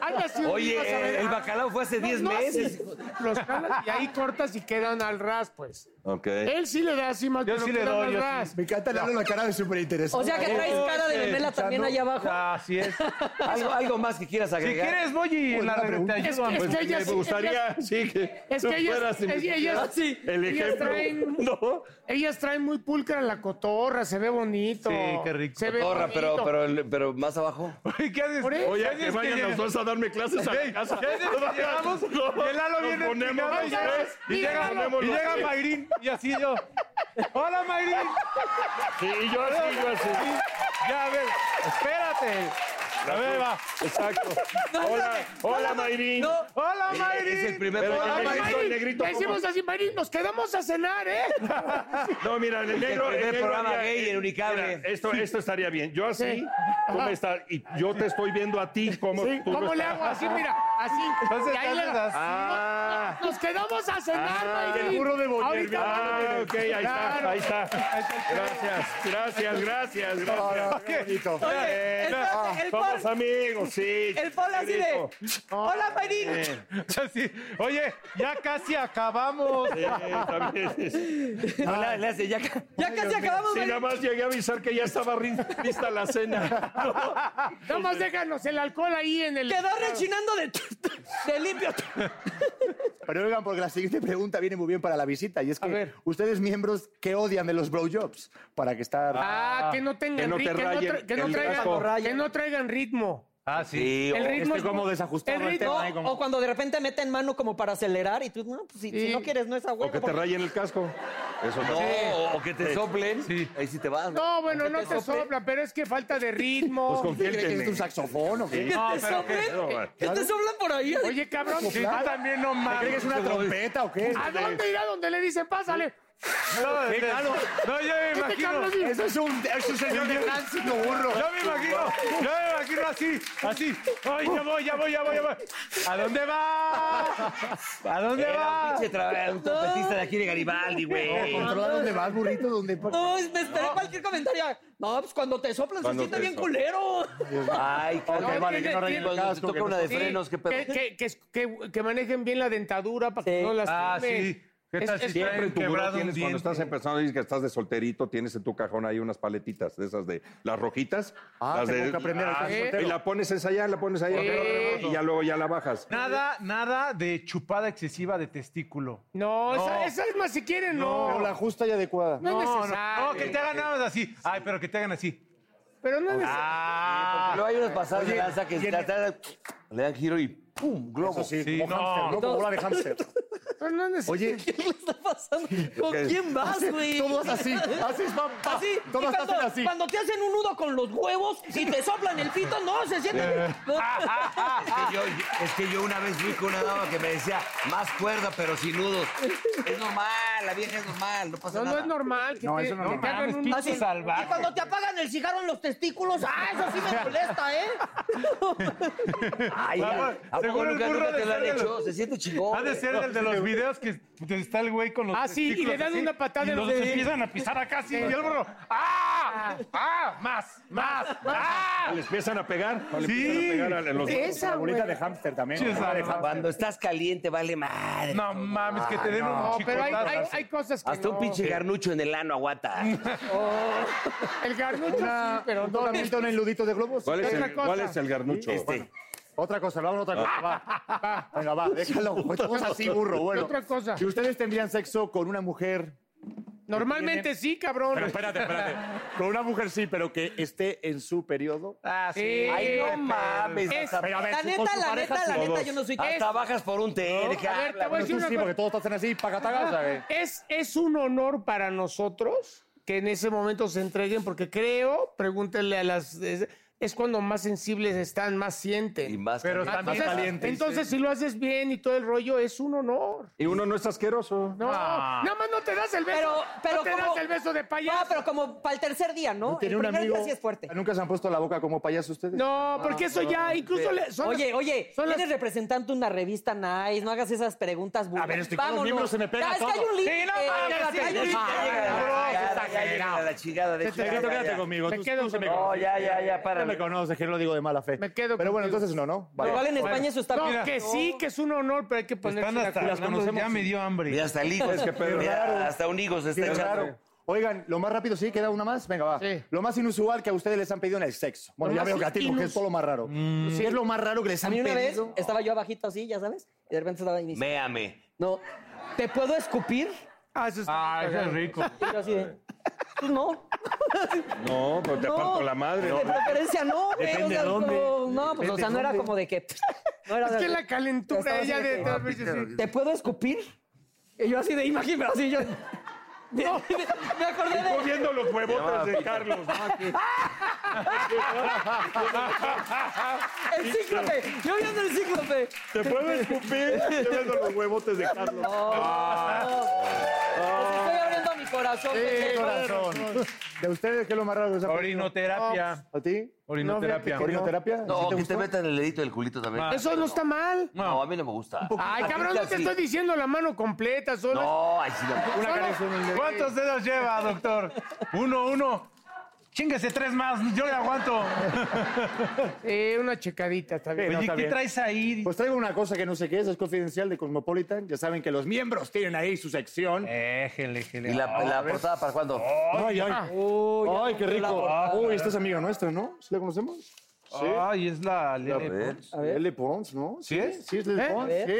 Speaker 3: Hazle así un día, vas a ver.
Speaker 2: Oye, el bacalao fue hace
Speaker 3: No,
Speaker 2: 10
Speaker 3: no así.
Speaker 2: meses.
Speaker 3: Los jalas y ahí cortas y quedan al ras,
Speaker 2: Ah,
Speaker 3: pues.
Speaker 6: Ok.
Speaker 2: Eh.
Speaker 3: Él sí le da así más,
Speaker 1: Yo
Speaker 3: pero
Speaker 1: sí le
Speaker 3: quedan
Speaker 1: doy,
Speaker 3: al
Speaker 1: yo sí.
Speaker 3: ras.
Speaker 5: Me encanta darle la cara de súper interesante.
Speaker 7: O sea que
Speaker 5: Eh,
Speaker 7: traes cara de memela también allá abajo.
Speaker 1: Así es.
Speaker 2: Algo, algo más que quieras
Speaker 1: Si
Speaker 2: agregar.
Speaker 1: quieres, voy y en la
Speaker 5: Buena
Speaker 1: te
Speaker 5: pregunta.
Speaker 3: Es
Speaker 1: ayudo.
Speaker 3: que, es
Speaker 1: amigo.
Speaker 3: que ellas,
Speaker 6: Pues, Me gustaría,
Speaker 3: ellas-
Speaker 6: sí, que
Speaker 3: es
Speaker 6: tú
Speaker 3: que ellas,
Speaker 6: fueras
Speaker 3: ellas- ellas-
Speaker 7: sí,
Speaker 6: el
Speaker 3: ellas
Speaker 6: ejemplo.
Speaker 3: traen,
Speaker 6: ¿No?
Speaker 3: ellas traen muy pulcra la cotorra, se ve bonito.
Speaker 1: Sí, qué rico.
Speaker 3: Se ve
Speaker 2: Torra, pero,
Speaker 3: bonito.
Speaker 2: pero, el- pero más abajo.
Speaker 1: Oye, ¿Qué haces?
Speaker 3: Por eso.
Speaker 6: Oye,
Speaker 1: ¿Qué
Speaker 6: que
Speaker 1: haces
Speaker 6: vayan
Speaker 1: llega-
Speaker 6: los dos a darme clases a la
Speaker 1: Ey,
Speaker 6: casa.
Speaker 1: ¿qué haces?
Speaker 6: No,
Speaker 1: Llegamos y el Lalo
Speaker 6: nos
Speaker 1: viene
Speaker 6: ponemos
Speaker 1: picado
Speaker 6: los
Speaker 3: ya
Speaker 6: tres
Speaker 3: ves,
Speaker 6: y
Speaker 3: mira,
Speaker 6: llega-
Speaker 3: Lalo.
Speaker 6: ponemos
Speaker 1: Y
Speaker 6: los
Speaker 1: llega
Speaker 6: tres.
Speaker 1: Mayrín y así yo. Hola Mayrín.
Speaker 6: Sí, y yo así, yo así.
Speaker 1: Ya, a ver, espérate. A ver, va.
Speaker 6: Exacto. Hola, hola, Mayrín.
Speaker 7: No,
Speaker 1: Hola Mayrín.
Speaker 2: Es el primer
Speaker 6: Pero
Speaker 2: programa.
Speaker 6: el
Speaker 3: Mayrin,
Speaker 6: negrito, el negrito,
Speaker 3: le decimos así, Mayrin, nos quedamos a cenar, ¿eh?
Speaker 6: ¿cómo? No, mira, el negro.
Speaker 2: primer
Speaker 6: negro
Speaker 2: programa
Speaker 6: haría-
Speaker 2: gay en Unicable.
Speaker 6: Mira, esto, esto estaría bien. Yo así,
Speaker 3: Sí.
Speaker 6: tú me estás. Y yo te estoy viendo a ti como
Speaker 3: Sí,
Speaker 6: tú.
Speaker 3: ¿Cómo
Speaker 6: me
Speaker 3: le
Speaker 6: estás-
Speaker 3: hago? Así, mira, así.
Speaker 1: Entonces,
Speaker 3: Y ahí le-
Speaker 1: haces así.
Speaker 6: Ah,
Speaker 3: Nos quedamos a cenar,
Speaker 6: Ah,
Speaker 3: Mayrin.
Speaker 6: el
Speaker 1: burro de Bonnier,
Speaker 3: Ahorita vamos.
Speaker 6: ah, ok, ahí
Speaker 3: Claro.
Speaker 6: está, ahí está. Gracias, gracias, gracias, gracias.
Speaker 5: Qué bonito.
Speaker 7: Oye,
Speaker 6: Eh,
Speaker 7: espérate, el
Speaker 6: Somos
Speaker 7: Paul-
Speaker 6: amigos, sí.
Speaker 7: el Paul así de,
Speaker 6: negrito.
Speaker 7: hola, Mayrin.
Speaker 1: Así. Oye, ya casi acabamos.
Speaker 6: Sí, también es- Sí,
Speaker 2: No, le- le hace ya.
Speaker 7: Ya casi acabamos,
Speaker 6: nada
Speaker 7: Mayrin.
Speaker 6: más llegué a avisar que ya estaba ri- lista la cena.
Speaker 3: Nada más déjanos el alcohol ahí en el...
Speaker 7: Quedó rechinando de, de limpio.
Speaker 5: Pero oigan, porque la siguiente pregunta viene muy bien para la visita. Y es que,
Speaker 3: ver.
Speaker 5: ustedes miembros, ¿qué odian de los blowjobs? Para que estar...
Speaker 3: Ah, que no tengan
Speaker 6: que no te
Speaker 3: ritmo, que, no
Speaker 6: rayen
Speaker 3: tra- que no
Speaker 6: el
Speaker 7: casco.
Speaker 3: traigan, que no traigan ritmo.
Speaker 1: Ah,
Speaker 2: Sí,
Speaker 3: El
Speaker 2: o-
Speaker 3: ritmo es
Speaker 5: como
Speaker 3: muy-
Speaker 5: desajustado
Speaker 3: el
Speaker 5: el
Speaker 3: ritmo-
Speaker 5: tema, ¿eh?
Speaker 7: O cuando de repente meten mano como para acelerar y tú, no, pues si, si
Speaker 3: Sí.
Speaker 7: no quieres, no es a huevo.
Speaker 6: O que te
Speaker 7: porque-
Speaker 6: rayen el casco. Eso
Speaker 2: No,
Speaker 6: no.
Speaker 2: o que te soplen. Ahí sí te vas. ¿no?
Speaker 3: No, bueno, no te sopla, pero es que falta de
Speaker 6: Pues
Speaker 3: ritmo.
Speaker 6: confía en que
Speaker 5: ¿Crees que es
Speaker 6: me-
Speaker 5: un saxofón o qué?
Speaker 7: ¿Que
Speaker 1: No,
Speaker 7: te
Speaker 1: pero que-
Speaker 7: soplen? ¿Que te soplan por ahí?
Speaker 3: Oye, cabrón,
Speaker 1: Sí, tú también no
Speaker 5: ¿Crees que
Speaker 1: mames.
Speaker 5: es una trompeta o qué?
Speaker 3: ¿a dónde irá donde le dicen pásale?
Speaker 1: No, de- no, yo me
Speaker 3: Este
Speaker 1: imagino. Este
Speaker 3: Carlos
Speaker 5: Eso es un, es un señor de tránsito burro.
Speaker 1: Yo me imagino, yo me imagino así, así. Ay, ya voy, ya voy, ya voy, ya voy. ¿A dónde vas? ¿A dónde
Speaker 2: Era un
Speaker 1: vas?
Speaker 2: pinche tra- un trompetista de aquí de Garibaldi, güey.
Speaker 5: Controla dónde vas, burrito, dónde...
Speaker 7: No, me esperé cualquier comentario. No, pues cuando te soplan se
Speaker 6: Cuando
Speaker 7: siente
Speaker 6: te
Speaker 7: bien
Speaker 6: soplan.
Speaker 7: culero.
Speaker 2: Ay,
Speaker 5: Ok,
Speaker 2: cabrón.
Speaker 5: vale, que no rayen el
Speaker 2: Cuando te
Speaker 5: casco. que
Speaker 2: toca
Speaker 5: no-
Speaker 2: una de
Speaker 3: Sí,
Speaker 2: frenos, qué
Speaker 3: que,
Speaker 2: pedo.
Speaker 3: que, que, que- que manejen bien la dentadura para que
Speaker 7: Sí.
Speaker 3: no las
Speaker 1: Ah, sí. ¿Qué tal si
Speaker 6: Siempre en tu buró
Speaker 1: quebrado un
Speaker 6: tienes, cuando
Speaker 1: diente?
Speaker 6: estás empezando a decir que estás de solterito, tienes en tu cajón ahí unas paletitas de esas de las rojitas.
Speaker 5: Ah,
Speaker 6: las
Speaker 5: tengo
Speaker 6: de-
Speaker 5: que aprender a estar
Speaker 3: ¿eh?
Speaker 6: Y la pones esa allá, la pones allá, y ya luego ya la bajas.
Speaker 1: Nada, nada de chupada excesiva de testículo.
Speaker 3: No,
Speaker 1: No.
Speaker 3: Esa, esa es más si quieren, no.
Speaker 5: Pero la justa y adecuada.
Speaker 3: No, es
Speaker 1: No,
Speaker 3: necesario.
Speaker 1: no, no, que te hagan nada más así. Ay, pero que te hagan así.
Speaker 3: Pero no es necesario.
Speaker 1: Ah,
Speaker 2: Luego hay unas pasadas de lanza que está- está- le dan giro y ¡pum! Globo.
Speaker 5: Sí,
Speaker 1: Sí,
Speaker 5: como
Speaker 1: no.
Speaker 5: hámster, ¿no? Como bola de hámster.
Speaker 3: pero Pues no es necesario.
Speaker 5: Oye,
Speaker 7: ¿Qué le está pasando? ¿Con quién vas, güey?
Speaker 5: todos así, así, pam, pam.
Speaker 7: Así, y
Speaker 5: Todos
Speaker 7: cuando,
Speaker 5: hacen así.
Speaker 7: cuando te hacen un nudo con los huevos y te soplan el pito, no, se siente.
Speaker 2: Es que yo- yo- es que yo una vez fui con una dama que me decía, más cuerda, pero sin nudos. Es normal, la vieja es normal, no pasa
Speaker 3: No, no
Speaker 2: nada.
Speaker 3: es normal que,
Speaker 5: No,
Speaker 3: te,
Speaker 5: eso no es
Speaker 3: que te
Speaker 5: normal.
Speaker 3: hagan un
Speaker 7: Así, Y cuando te apagan el cigarro en los testículos, ah, eso sí me molesta, ¿eh?
Speaker 2: Ay,
Speaker 1: Vamos,
Speaker 2: ¿a poco
Speaker 1: seguro el
Speaker 2: nunca,
Speaker 1: burro
Speaker 2: nunca
Speaker 1: de
Speaker 2: te lo han
Speaker 1: ser de
Speaker 2: hecho? Se siente chingón.
Speaker 1: ha de ser el de los videos que está el güey con los
Speaker 3: Ah, sí, y le
Speaker 1: testículos
Speaker 3: dan
Speaker 1: así,
Speaker 3: una patada
Speaker 1: y
Speaker 3: en
Speaker 1: los
Speaker 3: los-
Speaker 1: empiezan a pisar acá así. Y el burro, ¡ah! ¡Ah! ¡Más! ¡Más! ¡Ah!
Speaker 6: Les empiezan a pegar. pues,
Speaker 1: Sí.
Speaker 6: empiezan a pegar a los
Speaker 5: Esa, la bolita de hámster también.
Speaker 1: Sí,
Speaker 5: ¿no?
Speaker 1: esa,
Speaker 5: de
Speaker 1: no.
Speaker 5: hámster.
Speaker 2: Cuando estás caliente, vale madre.
Speaker 1: No mames, que
Speaker 2: Ah,
Speaker 5: Ah,
Speaker 1: te den un
Speaker 3: No,
Speaker 1: chico.
Speaker 3: pero hay, hay- hay cosas que
Speaker 2: Hasta
Speaker 3: no.
Speaker 2: un pinche garnucho en el ano aguanta.
Speaker 3: El garnucho sí, pero
Speaker 5: Un
Speaker 3: no.
Speaker 5: tocamiento en el ludito de globos.
Speaker 6: ¿Cuál es,
Speaker 3: ¿Qué
Speaker 6: el,
Speaker 3: otra cosa?
Speaker 6: cuál es el garnucho?
Speaker 2: Este,
Speaker 5: Otra cosa, vamos a otra cosa. Va, va. Venga, va, déjalo. Todos así, burro. Bueno,
Speaker 3: otra cosa?
Speaker 5: si ustedes tendrían sexo con una mujer
Speaker 3: Normalmente sí, cabrón.
Speaker 7: Pero espérate, espérate.
Speaker 5: Con una mujer sí, pero que esté en su periodo.
Speaker 1: Ah,
Speaker 3: Sí.
Speaker 2: Ay, no
Speaker 3: pero-
Speaker 2: mames.
Speaker 3: Es-
Speaker 2: hasta-
Speaker 5: Pero a ver,
Speaker 4: La
Speaker 5: su- con
Speaker 4: neta,
Speaker 5: su
Speaker 4: la
Speaker 5: pareja
Speaker 4: neta, la
Speaker 5: sí. Ah,
Speaker 4: neta, yo no soy...
Speaker 2: Hasta bajas por un té. ¿de qué
Speaker 3: A ver, te
Speaker 2: hablas?
Speaker 3: voy a decir
Speaker 5: Tú
Speaker 3: una
Speaker 5: sí,
Speaker 3: cosa.
Speaker 5: porque todos están así, pagatagas, ¿sabes?
Speaker 3: Es, es un honor para nosotros que en ese momento se entreguen, porque creo, pregúntenle a las. Es, es cuando más sensibles están, más sienten.
Speaker 2: Y más
Speaker 1: Pero
Speaker 2: caliente.
Speaker 1: también-
Speaker 3: entonces,
Speaker 5: calientes.
Speaker 3: Ah, entonces, si lo haces bien y todo el rollo, es un honor.
Speaker 6: Y uno no es asqueroso.
Speaker 3: No,
Speaker 1: Ah.
Speaker 3: nada más no te das el beso.
Speaker 4: Pero, pero
Speaker 3: no te
Speaker 4: como-
Speaker 3: das el beso de payaso.
Speaker 4: Ah, pero como para el tercer día, ¿no?
Speaker 5: Tenía
Speaker 4: el
Speaker 5: un
Speaker 4: primer
Speaker 5: amigo.
Speaker 4: día sí es fuerte.
Speaker 5: ¿Nunca se han puesto la boca como payaso ustedes?
Speaker 3: No, porque eso ya incluso le, son
Speaker 4: Oye,
Speaker 3: las-
Speaker 4: oye,
Speaker 3: son las-
Speaker 4: eres representante de una revista Nice, no hagas esas preguntas burlas.
Speaker 5: A ver, estoy con los miembros, se me pega
Speaker 4: Ya, Es que
Speaker 5: todo.
Speaker 4: hay un límite.
Speaker 3: Sí, no, cállate,
Speaker 4: hay un
Speaker 3: sí,
Speaker 4: límite.
Speaker 2: Ya llega la-
Speaker 3: Cabrón,
Speaker 2: ya-
Speaker 3: está
Speaker 2: ya llega
Speaker 3: exagerado.
Speaker 2: la chingada de
Speaker 3: te-
Speaker 2: ya,
Speaker 3: te-
Speaker 2: ya,
Speaker 3: quédate
Speaker 2: ya.
Speaker 3: conmigo, Me tú- quedo tú se me con-
Speaker 2: No, ya, ya, ya, para.
Speaker 5: me conoces, que lo digo de mala fe.
Speaker 3: Me quedo
Speaker 5: Pero bueno,
Speaker 3: contigo.
Speaker 5: entonces no, ¿no? Vale.
Speaker 4: Igual en
Speaker 3: Bueno,
Speaker 4: España eso está...
Speaker 3: No,
Speaker 4: bien.
Speaker 3: que sí, que es un honor, pero hay que ponerse
Speaker 1: Están
Speaker 3: de
Speaker 1: hasta
Speaker 3: acuerdo.
Speaker 1: hablando, ya me dio hambre.
Speaker 2: Mira, hasta el higo.
Speaker 5: Es que Pedro-
Speaker 2: Mira, hasta un higo se
Speaker 5: Sí,
Speaker 2: está echando.
Speaker 5: claro. Oigan, lo más rápido, ¿sí? ¿Queda una más? Venga, va.
Speaker 3: Sí.
Speaker 5: Lo más inusual que a ustedes les han pedido en el sexo. Bueno,
Speaker 3: Lo
Speaker 5: ya
Speaker 3: más
Speaker 5: veo que a ti, porque
Speaker 3: inus-
Speaker 5: es todo lo más raro.
Speaker 7: Mm.
Speaker 5: Mm. Sí, es lo más raro que les
Speaker 4: A
Speaker 5: han
Speaker 4: mí una vez
Speaker 5: pedido.
Speaker 4: estaba yo abajito así, ya sabes, y de repente estaba ahí y me dice,
Speaker 2: Méame.
Speaker 4: no, ¿te puedo escupir?
Speaker 3: Ah, eso está-
Speaker 1: Ah, eso es rico.
Speaker 4: Y yo así de, pues no.
Speaker 6: No, pues te
Speaker 4: No.
Speaker 6: parto la madre.
Speaker 4: De preferencia no, güey. O sea, como- no, pues o sea, no era como de que... No era
Speaker 3: Es
Speaker 4: de-
Speaker 3: que la calentura
Speaker 4: Estaba
Speaker 3: ella
Speaker 4: así de
Speaker 3: de
Speaker 4: que-
Speaker 3: tres veces. sí.
Speaker 4: ¿Te puedo escupir? Y yo así de imagen, pero así yo. Me, me acordé de.
Speaker 7: Viendo los huevotes de Carlos.
Speaker 4: El cíclope. Yo viendo el cíclope.
Speaker 7: Te puedo escupir. Estoy viendo los huevotes de Carlos.
Speaker 2: Ah.
Speaker 3: Ah.
Speaker 4: Pues estoy abriendo mi corazón.
Speaker 5: Qué
Speaker 4: pendejo.
Speaker 5: corazón. ¿De ustedes qué es lo más raro que les han pedido?
Speaker 1: Orinoterapia.
Speaker 5: ¿A ti?
Speaker 1: Orinoterapia. Ah.
Speaker 5: ¿Orinoterapia?
Speaker 2: No,
Speaker 5: ¿Sí
Speaker 2: que te
Speaker 5: gustó?
Speaker 2: metan el dedito del culito también.
Speaker 3: Eso no está mal.
Speaker 2: No, a mí no me gusta.
Speaker 3: Ay, cabrón, no te
Speaker 2: Sí.
Speaker 3: estoy diciendo la mano completa, solo.
Speaker 2: No, ay, sí, no.
Speaker 3: solo-
Speaker 1: ¿Cuántos dedos lleva, doctor? Uno, uno. Chingase tres más, yo le aguanto.
Speaker 3: Eh, una checadita, está bien.
Speaker 5: Sí, no,
Speaker 1: Oye,
Speaker 5: está
Speaker 1: ¿qué
Speaker 5: bien.
Speaker 1: traes ahí?
Speaker 5: Pues traigo una cosa que no sé qué es, es confidencial de Cosmopolitan. Ya saben que los miembros tienen ahí su sección.
Speaker 1: Éjele, éjele.
Speaker 2: ¿Y la, la portada para cuándo?
Speaker 5: ay, ay.
Speaker 4: Uy, ya
Speaker 5: ay, qué
Speaker 4: rompió la
Speaker 5: rico.
Speaker 4: boca.
Speaker 5: Uy, esta es amiga nuestra, ¿no? ¿Sí la conocemos?
Speaker 1: Ay, es la
Speaker 2: A
Speaker 1: Lele.
Speaker 2: ver.
Speaker 4: A ver.
Speaker 5: Lele Pons, ¿no?
Speaker 1: ¿Sí es?
Speaker 5: Sí, es Lele
Speaker 3: ¿Eh?
Speaker 4: A
Speaker 5: Pons,
Speaker 4: ver.
Speaker 5: sí.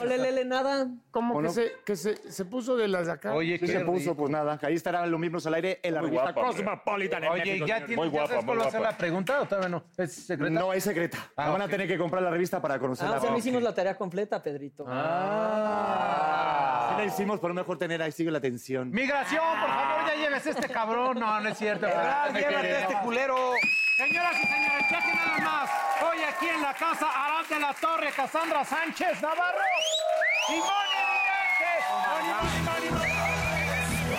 Speaker 4: No le lele nada.
Speaker 3: Como que,
Speaker 5: Bueno.
Speaker 3: se, que se, se puso de las de acá.
Speaker 1: Oye,
Speaker 5: Sí
Speaker 1: qué
Speaker 5: se puso,
Speaker 1: rico.
Speaker 5: pues nada, ahí estarán los miembros al aire en la revista
Speaker 7: guapa, hombre.
Speaker 5: Cosmopolitan en
Speaker 1: Oye,
Speaker 5: México,
Speaker 1: ¿ya,
Speaker 5: señores.
Speaker 1: tienes, ya sabes cuál va a ser la pregunta o todavía no? ¿Es secreta?
Speaker 5: No, es secreta.
Speaker 1: Ah,
Speaker 5: la van
Speaker 1: ok.
Speaker 5: a tener que comprar la revista para conocerla.
Speaker 4: Ah, o sea, no hicimos la tarea completa, Pedrito.
Speaker 5: Ah. Sí la hicimos, pero mejor tener ahí sigue la atención.
Speaker 1: Migración, por favor, ya lleves a este cabrón. No, no es cierto.
Speaker 5: Ah,
Speaker 2: Ebrard,
Speaker 1: Me
Speaker 2: llévate
Speaker 1: quedé.
Speaker 2: a este culero.
Speaker 1: Señoras y señores, chequen nada más. Hoy aquí en la casa Arad de la Torre, Casandra Sánchez Navarro y Moni Videntes. Moni, Moni, Moni, Moni.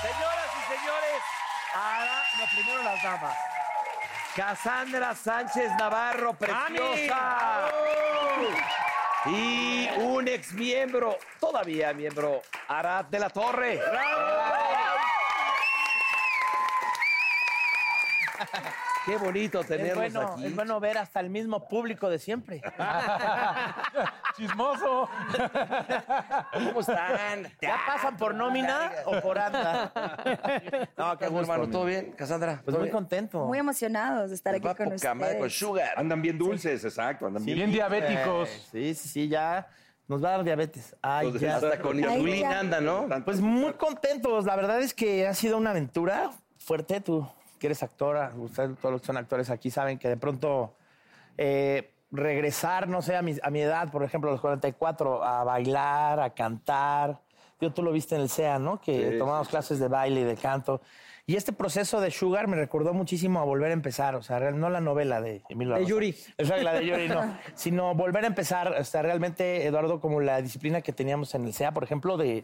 Speaker 2: Señoras y señores, ahora, Ah, no, primero las damas. Cassandra Sánchez Navarro, preciosa. ¡Oh! Y un ex miembro, todavía miembro, Arad de la Torre. Qué bonito tenerlos aquí.
Speaker 4: ver hasta el mismo público de siempre.
Speaker 1: Chismoso.
Speaker 2: ¿Cómo están?
Speaker 4: ¿Ya pasan por nómina o por anda?
Speaker 2: No, qué gusto, Pues hermano. ¿Todo bien, Cassandra? ¿Todo bien?
Speaker 4: contento.
Speaker 8: Muy emocionados de estar
Speaker 2: Va
Speaker 8: aquí con
Speaker 2: poca madre,
Speaker 4: este,
Speaker 2: con
Speaker 8: ustedes.
Speaker 2: Sugar.
Speaker 6: Andan bien dulces, exacto. Andan bien.
Speaker 1: Bien diabéticos.
Speaker 4: Sí, sí, sí, ya nos va a dar diabetes. Ay,
Speaker 6: Entonces,
Speaker 4: ya.
Speaker 2: Hasta Pues, con
Speaker 8: Ay,
Speaker 2: Irwin
Speaker 8: ya.
Speaker 2: anda, ¿no?
Speaker 4: Pues muy contentos. La verdad es que ha sido una aventura fuerte. Tú que eres actora, ustedes todos los que son actores aquí saben que de pronto eh, regresar, no sé, a mi, a mi edad, por ejemplo, a los 44, a bailar, a cantar. Yo tú lo viste en el SEA, ¿no? Que tomamos clases de baile y de canto. Y este proceso de Sugar me recordó muchísimo a volver a empezar, o sea, real- no la novela de Emilio. De Yuri. la de Yuri, no. Sino volver a empezar, o sea, realmente, Eduardo, como la disciplina que teníamos en el SEA, por ejemplo, de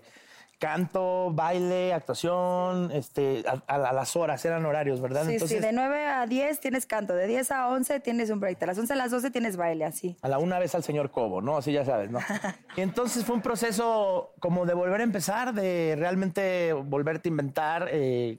Speaker 4: canto, baile, actuación, este, a, a- a las horas, eran horarios, ¿verdad?
Speaker 8: Sí,
Speaker 4: Entonces,
Speaker 8: sí, de 9 a 10 tienes canto, de 10 a 11 tienes un break, de las 11 a las 12 tienes baile, así.
Speaker 4: a la una vez al señor Cobo, ¿no? Así ya sabes, ¿no? Y entonces fue un proceso como de volver a empezar, de realmente volverte a inventar, eh,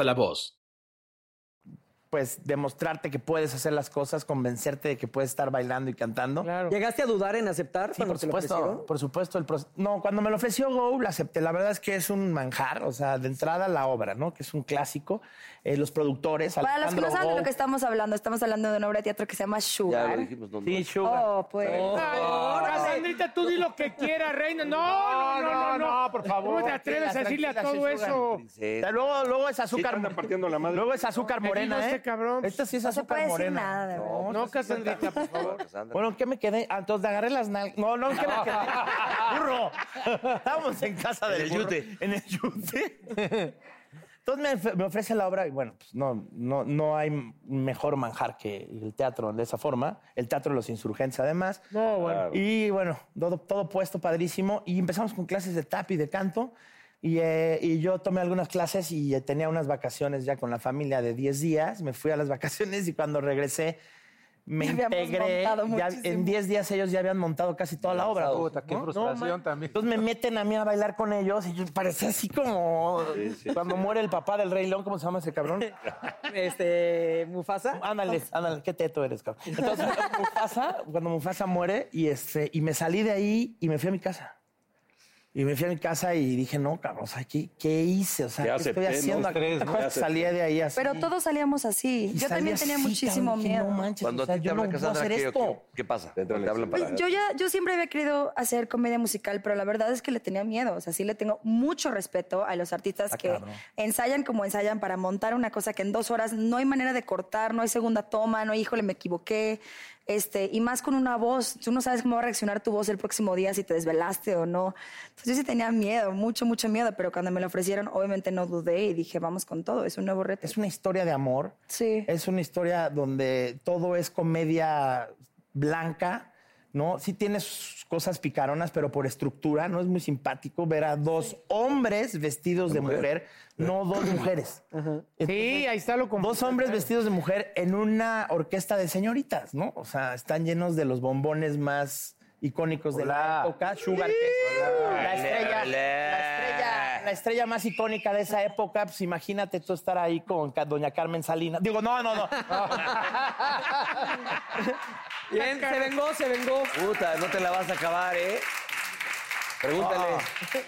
Speaker 9: la voz.
Speaker 4: Pues demostrarte que puedes hacer las cosas, convencerte de que puedes estar bailando y cantando.
Speaker 7: ¿Llegaste a dudar en aceptar
Speaker 4: Sí,
Speaker 7: cuando
Speaker 4: por
Speaker 7: te lo ofrecieron?
Speaker 4: supuesto, por supuesto. El proce- no, cuando me lo ofreció Go, lo acepté. La verdad es que es un manjar, o sea, de entrada la obra, ¿no? Que es un clásico. Eh, los productores,
Speaker 8: Para los que no
Speaker 4: Alejandro
Speaker 8: saben de lo
Speaker 4: Gou.
Speaker 8: que estamos hablando, estamos hablando de una obra de teatro que se llama Sugar.
Speaker 4: Sí, Sugar. Oh,
Speaker 8: Oh, pues.
Speaker 3: Ahora, Sandrita, tú di lo que quieras, reina. No, no, no, no,
Speaker 4: por favor.
Speaker 3: ¿Cómo te atreves a decirle a todo eso?
Speaker 4: Luego, luego es azúcar. Luego es azúcar
Speaker 3: Me
Speaker 4: morena.
Speaker 3: vino
Speaker 4: ¿eh?
Speaker 3: este cabrón.
Speaker 4: Esta sí es
Speaker 3: No se
Speaker 4: azúcar
Speaker 3: puede decir
Speaker 4: morena. pues
Speaker 3: nada, de verdad. No, Cassandrita, por favor.
Speaker 4: Bueno, ¿qué me quedé? Ah, entonces le agarré las nalgas. No, no, ¿qué me quedé? ¡Burro! Estábamos en casa
Speaker 2: En
Speaker 4: del
Speaker 2: el
Speaker 4: burro.
Speaker 2: yute.
Speaker 4: En el yute. Entonces me, of- me ofrece la obra y bueno, pues no, no, no hay m- mejor manjar que el teatro de esa forma. El teatro de los insurgentes, además.
Speaker 3: No, bueno.
Speaker 4: Y bueno, todo, todo puesto padrísimo. Y empezamos con clases de tap y de canto. Y, eh, y yo tomé algunas clases y eh, tenía unas vacaciones ya con la familia de 10 días. Me fui a las vacaciones y cuando regresé me
Speaker 8: Ya habíamos
Speaker 4: integré.
Speaker 8: montado
Speaker 4: Ya
Speaker 8: muchísimo.
Speaker 4: en 10 días ellos ya habían montado casi toda la obra.
Speaker 1: Puta, qué frustración
Speaker 4: también. Entonces me meten a mí a bailar con ellos y yo parecía así como cuando muere el papá del Rey León, ¿cómo se llama ese cabrón?
Speaker 7: Este, Mufasa.
Speaker 4: Ándale, ándale, qué teto eres, cabrón. Entonces, Mufasa, cuando Mufasa muere, y, este, y me salí de ahí y me fui a mi casa. Y me fui a mi casa y dije, no, cabrón, o sea, ¿qué, qué hice? O sea,
Speaker 8: Ya
Speaker 4: ¿qué
Speaker 8: acepté,
Speaker 4: estoy haciendo
Speaker 8: ¿no?
Speaker 4: aquí?
Speaker 8: Estrés, ¿no? Ya acepté.
Speaker 4: Salí de ahí así.
Speaker 8: Pero todos salíamos así.
Speaker 4: Y
Speaker 8: Yo
Speaker 4: salí
Speaker 8: también tenía
Speaker 4: así,
Speaker 8: muchísimo
Speaker 4: cabrón, dije,
Speaker 8: miedo.
Speaker 4: No manches,
Speaker 2: Cuando
Speaker 4: o sea,
Speaker 2: a ti te
Speaker 4: yo no
Speaker 2: habla
Speaker 4: puedo
Speaker 2: Cassandra,
Speaker 4: hacer
Speaker 2: ¿qué,
Speaker 4: esto.
Speaker 2: qué- qué pasa? Te hablan
Speaker 8: Pues,
Speaker 2: para-
Speaker 8: yo ya, yo siempre había querido hacer comedia musical, pero la verdad es que le tenía miedo. O sea, sí le tengo mucho respeto a los artistas
Speaker 2: Ah,
Speaker 8: que
Speaker 2: cabrón.
Speaker 8: ensayan como ensayan para montar una cosa que en dos horas no hay manera de cortar, no hay segunda toma, no hay, híjole, me equivoqué. Este, y más con una voz, tú no sabes cómo va a reaccionar tu voz el próximo día, si te desvelaste o no. Entonces yo sí tenía miedo, mucho, mucho miedo, pero cuando me lo ofrecieron, obviamente no dudé y dije, vamos con todo, es un nuevo reto.
Speaker 4: Es una historia de amor.
Speaker 8: Sí.
Speaker 4: Es una historia donde todo es comedia blanca, ¿no? Sí tiene sus cosas picaronas, pero por estructura no es muy simpático ver a dos hombres vestidos de, mujer. no dos mujeres. sí, ahí está lo Dos hombres vestidos de mujer en una orquesta de señoritas, ¿no? O sea, están llenos de los bombones más icónicos de la época. Sugar, que es la estrella, la estrella más icónica de esa época, pues imagínate tú estar ahí con ca- doña Carmen Salinas. Digo, no, no, no.
Speaker 7: Bien, se vengó, se vengó.
Speaker 2: Puta, no te la vas a acabar, ¿eh? Ah, Pregúntale.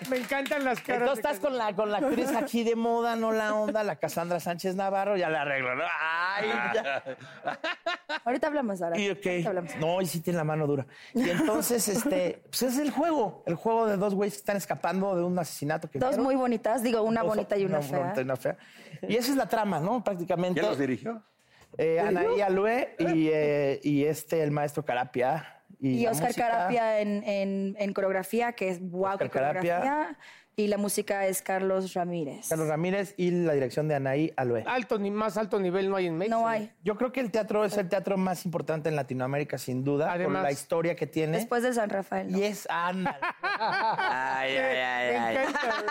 Speaker 3: Me encantan las caras.
Speaker 4: Entonces estás con la, con la actriz aquí de moda, no la onda, la Cassandra Sánchez Navarro, ya la arreglo. ¿no? Ay, ya.
Speaker 8: Ahorita hablamos ahora.
Speaker 4: Y ok. No, y sí tiene la mano dura. Y entonces, este, pues es el juego, el juego de dos güeyes que están escapando de un asesinato que
Speaker 8: Dos
Speaker 4: vieron.
Speaker 8: muy bonitas, digo, una
Speaker 4: Dos-
Speaker 8: bonita y una, fea.
Speaker 4: bonita y una fea. Y esa es la trama, ¿no? Prácticamente.
Speaker 6: ¿Quién los dirigió?
Speaker 4: Eh, Anaí Alue y, eh, y este, el maestro Carapia. Y,
Speaker 8: Ah. Y,
Speaker 4: la
Speaker 8: Oscar
Speaker 4: música.
Speaker 8: Carapia en, en- en coreografía, que es guau, qué
Speaker 4: Oscar Carapia.
Speaker 8: coreografía. Y la música es Carlos Ramírez.
Speaker 4: Carlos Ramírez y la dirección de Anaí Aloe.
Speaker 3: Alto ni más alto nivel no hay en México.
Speaker 8: No hay.
Speaker 4: Yo creo que el teatro es el teatro más importante en Latinoamérica, sin duda, por
Speaker 8: Además.
Speaker 4: la historia que tiene.
Speaker 8: Después de San Rafael.
Speaker 4: Y es Ana.
Speaker 2: Ay, ay, ay, ay.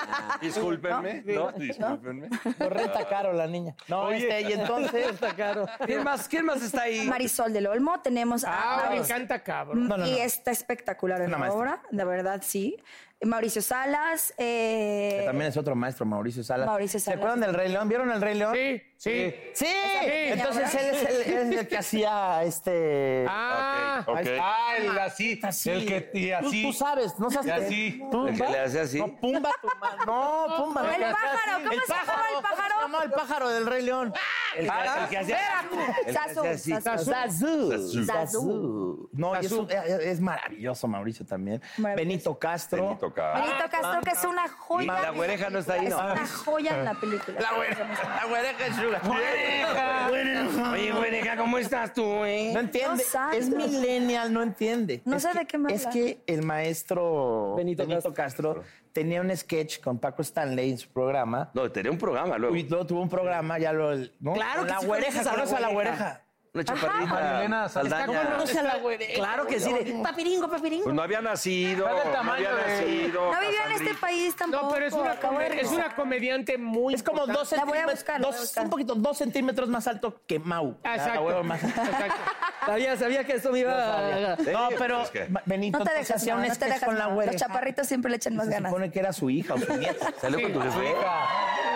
Speaker 6: Discúlpenme, ¿no?
Speaker 4: ¿No?
Speaker 6: Discúlpenme.
Speaker 4: Lo renta caro la niña. No, este, y entonces.
Speaker 2: ¿Quién más, ¿Quién más está ahí?
Speaker 8: Marisol del Olmo, tenemos a.
Speaker 3: Ah, me
Speaker 8: Maris-
Speaker 3: encanta, cabrón. No, no,
Speaker 8: y
Speaker 3: no.
Speaker 8: está espectacular en
Speaker 4: Una
Speaker 8: la
Speaker 4: maestra.
Speaker 8: obra, de verdad, sí. Mauricio Salas. eh,
Speaker 4: Que también es otro maestro, Mauricio Salas.
Speaker 8: Mauricio
Speaker 4: ¿Se acuerdan del Rey León? ¿Vieron el Rey León? Sí,
Speaker 3: sí.
Speaker 4: Sí.
Speaker 8: pequeña
Speaker 4: Entonces
Speaker 8: obra.
Speaker 4: él es el, él es el que hacía este.
Speaker 3: Ah,
Speaker 4: ok, ok.
Speaker 1: Ah, el así,
Speaker 4: Así.
Speaker 1: el que y así.
Speaker 4: Tú, tú sabes, no seas.
Speaker 1: Y así.
Speaker 4: Tú-
Speaker 2: El que le hace así.
Speaker 4: No, Pumba, tu ma- No, Pumba.
Speaker 8: El pájaro, ¿cómo se llamaba el pájaro?
Speaker 4: ¿Cómo se llamaba el pájaro del Rey León?
Speaker 2: Ah, El que- el que hacía- el que
Speaker 8: Zazú,
Speaker 2: hacía así.
Speaker 8: Zazú. Zazú.
Speaker 4: Zazú. Zazú. No, y es, un- es- es maravilloso Mauricio también. Benito Castro. Benito
Speaker 8: Benito Castro, que es una joya.
Speaker 4: Ah, La
Speaker 8: en
Speaker 4: güereja no está ahí,
Speaker 8: película,
Speaker 4: ¿no?
Speaker 8: Es una joya en la película.
Speaker 4: La güereja, la güereja es una. ¡Güereja!
Speaker 2: Oye, güereja, ¿cómo estás tú, eh?
Speaker 4: No entiende.
Speaker 8: No sabe.
Speaker 4: es millennial, no entiende.
Speaker 8: No
Speaker 4: es
Speaker 8: sé
Speaker 4: que-
Speaker 8: de qué me
Speaker 4: Es
Speaker 8: habla.
Speaker 4: que el maestro Benito, Castro, tenía un sketch con Paco Stanley en su programa.
Speaker 2: No, tenía un programa luego.
Speaker 4: Y luego tuvo un programa, ya lo. ¿no?
Speaker 2: Claro que
Speaker 4: La
Speaker 2: sí
Speaker 4: güereja,
Speaker 2: conoces a la
Speaker 4: conoce a la
Speaker 2: güereja.
Speaker 4: güereja.
Speaker 2: Una chaparrita.
Speaker 1: Marilena Saldaña.
Speaker 2: Saldaña.
Speaker 4: la güereja.
Speaker 2: Claro que sí. de-
Speaker 8: Papiringo, papiringo.
Speaker 2: Pues no había nacido.
Speaker 1: Está del
Speaker 2: No
Speaker 1: tamaño
Speaker 2: había
Speaker 1: de-
Speaker 2: nacido.
Speaker 8: No vivió en este
Speaker 2: Cassandrita.
Speaker 8: país tampoco.
Speaker 3: No, pero es una,
Speaker 8: acabo de
Speaker 3: comer- es
Speaker 8: regresar.
Speaker 3: una comediante muy.
Speaker 4: Es como dos
Speaker 8: La voy a
Speaker 4: centímetros.
Speaker 8: buscar, la voy a
Speaker 4: dos-
Speaker 8: buscar.
Speaker 4: un poquito, dos centímetros más alto que Mau.
Speaker 3: Ah,
Speaker 4: La- la huevo
Speaker 3: Exacto. Ah,
Speaker 4: más-
Speaker 3: exacto.
Speaker 7: Sabía, sabía que esto me iba a...
Speaker 4: No, pero
Speaker 2: pues es que-
Speaker 4: Ma- Benito
Speaker 8: No te
Speaker 4: entonces
Speaker 8: dejes,
Speaker 4: hacía
Speaker 8: no,
Speaker 4: un
Speaker 8: no te
Speaker 4: sketch
Speaker 8: dejes.
Speaker 4: con la
Speaker 8: no.
Speaker 4: güereja.
Speaker 8: Los chaparritos siempre le echan más
Speaker 4: Se
Speaker 8: ganas.
Speaker 4: supone que era su hija o su nieta.
Speaker 2: ¿Salió con tu jefe?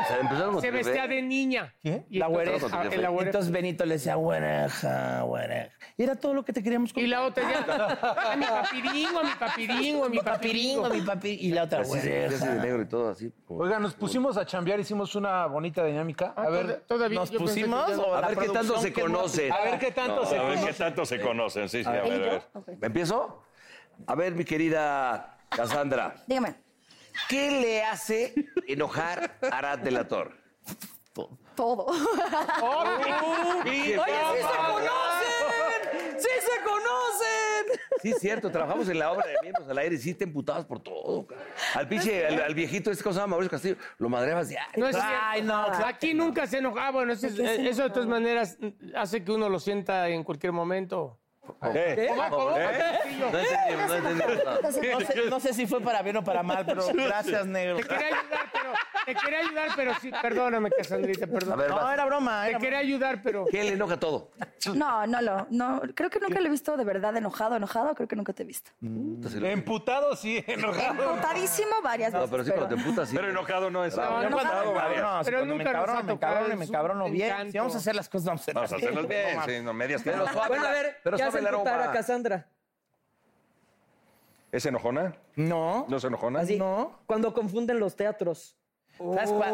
Speaker 2: Se empezó con
Speaker 3: Se
Speaker 2: tu
Speaker 3: vestía
Speaker 2: jefe.
Speaker 3: de niña.
Speaker 4: ¿Qué?
Speaker 3: Y
Speaker 4: La
Speaker 3: entonces-
Speaker 4: güereja.
Speaker 3: ah, en la güereja.
Speaker 4: Entonces Benito le decía, güereja, güereja. Y era todo lo que te queríamos
Speaker 3: Y
Speaker 4: contar.
Speaker 3: la otra ya. A mi papiringo, a mi papiringo, a mi papiringo.
Speaker 4: Papiringo, mi papi. Y la otra,
Speaker 2: Así se vestía de
Speaker 4: güereja.
Speaker 2: negro y todo así. como-
Speaker 1: Oiga, nos pusimos a chambear, hicimos una bonita dinámica. A ver,
Speaker 3: Ah, todavía
Speaker 4: ¿Nos
Speaker 3: yo pensé que
Speaker 4: pusimos?
Speaker 3: ya-
Speaker 4: o
Speaker 2: A
Speaker 4: la
Speaker 2: ver qué tanto
Speaker 4: producción
Speaker 2: se
Speaker 4: que es una
Speaker 2: conocen.
Speaker 4: picada?
Speaker 1: a ver qué tanto se
Speaker 10: A ver qué tanto se conocen, sí, sí, a ver, a ver.
Speaker 8: Ok.
Speaker 2: ¿Me empiezo? A ver, mi querida Cassandra.
Speaker 8: Dígame.
Speaker 2: ¿Qué le hace enojar a Arad de la Torre?
Speaker 8: Todo.
Speaker 2: ¡Oye, sí se
Speaker 7: conocen! ¡Sí se conocen!
Speaker 2: Sí, es cierto, trabajamos en la obra de miembros al aire y sí te emputabas por todo. cara. Al pinche, al, al viejito, este cosa, Mauricio Castillo, lo madreabas de
Speaker 3: No es
Speaker 4: Ay,
Speaker 3: cierto.
Speaker 4: no, claro
Speaker 3: Aquí nunca se enojaba. Bueno, eso, es- eh, eso de todas maneras hace que uno lo sienta en cualquier momento.
Speaker 6: ¿Eh?
Speaker 2: No entendimos, no entendimos. nada.
Speaker 4: No sé, no sé si fue para bien o para mal, pero gracias, negro.
Speaker 3: Te quería ayudar, pero. Te quería ayudar, pero sí. Perdóname, Casandrita,
Speaker 2: A
Speaker 3: perdón.
Speaker 2: ver,
Speaker 4: No,
Speaker 2: vas.
Speaker 4: era broma.
Speaker 3: Te
Speaker 4: Era
Speaker 3: quería ayudar, pero.
Speaker 2: ¿qué le enoja todo?
Speaker 8: No, no lo. No, creo que nunca lo he visto de verdad enojado, enojado. Creo que nunca te he visto.
Speaker 4: Mm.
Speaker 2: Entonces,
Speaker 1: Emputado, sí, enojado.
Speaker 8: Emputadísimo varias
Speaker 2: no,
Speaker 8: veces.
Speaker 2: pero sí, cuando te emputas, sí.
Speaker 10: Pero enojado no es.
Speaker 3: No,
Speaker 4: Yo
Speaker 3: no,
Speaker 4: cuando me
Speaker 3: no,
Speaker 4: encabrono,
Speaker 3: pero
Speaker 4: cuando me
Speaker 3: nunca nos ha
Speaker 4: encabrono, me
Speaker 3: tocado,
Speaker 4: encabrono y me
Speaker 3: es un
Speaker 4: encabrono bien.
Speaker 3: encanto.
Speaker 4: Si vamos a hacer las cosas, vamos a
Speaker 6: Vamos a
Speaker 4: hacerlas
Speaker 6: hacerlos bien, sí, no medias que no.
Speaker 2: suave
Speaker 7: Bueno, a
Speaker 2: la-
Speaker 7: ver,
Speaker 2: pero
Speaker 7: ¿qué hace
Speaker 2: suave la
Speaker 7: emputar
Speaker 2: aroma.
Speaker 7: a Cassandra?
Speaker 6: ¿Es enojona?
Speaker 4: No.
Speaker 6: ¿No es enojona?
Speaker 7: Así,
Speaker 4: No.
Speaker 7: cuando confunden los teatros.
Speaker 4: ¿Sabes cuál?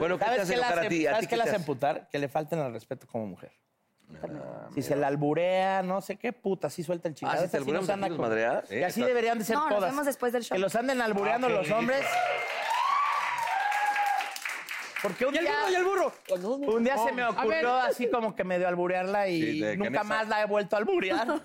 Speaker 2: Bueno, ¿qué te
Speaker 4: Oh. ¿Sabes
Speaker 2: hace
Speaker 4: qué le
Speaker 2: enojar a
Speaker 4: hace,
Speaker 2: ti? ¿A
Speaker 4: ¿sabes
Speaker 2: ti
Speaker 4: qué
Speaker 2: qué
Speaker 4: le
Speaker 2: te
Speaker 4: hace
Speaker 2: hace?
Speaker 4: emputar? Que le falten al respeto como mujer. Ah, si se la alburea, no sé qué puta, si suelta el chingado.
Speaker 2: Ah, si
Speaker 4: Esa
Speaker 2: te
Speaker 4: sí
Speaker 2: albureamos
Speaker 4: nos anda
Speaker 2: aquí los
Speaker 4: con-
Speaker 2: madreas.
Speaker 4: Y así deberían de ser
Speaker 8: No, nos
Speaker 4: todas.
Speaker 8: vemos después del show.
Speaker 4: Que los anden albureando
Speaker 11: Ah,
Speaker 4: los hombres. Porque un
Speaker 7: ¡Y el
Speaker 4: día,
Speaker 7: burro, y el burro!
Speaker 4: un día se me
Speaker 3: A ver.
Speaker 4: ocurrió así como que medio alburearla y
Speaker 6: Sí, de que en
Speaker 4: nunca
Speaker 6: esa-
Speaker 4: más la he vuelto a alburear.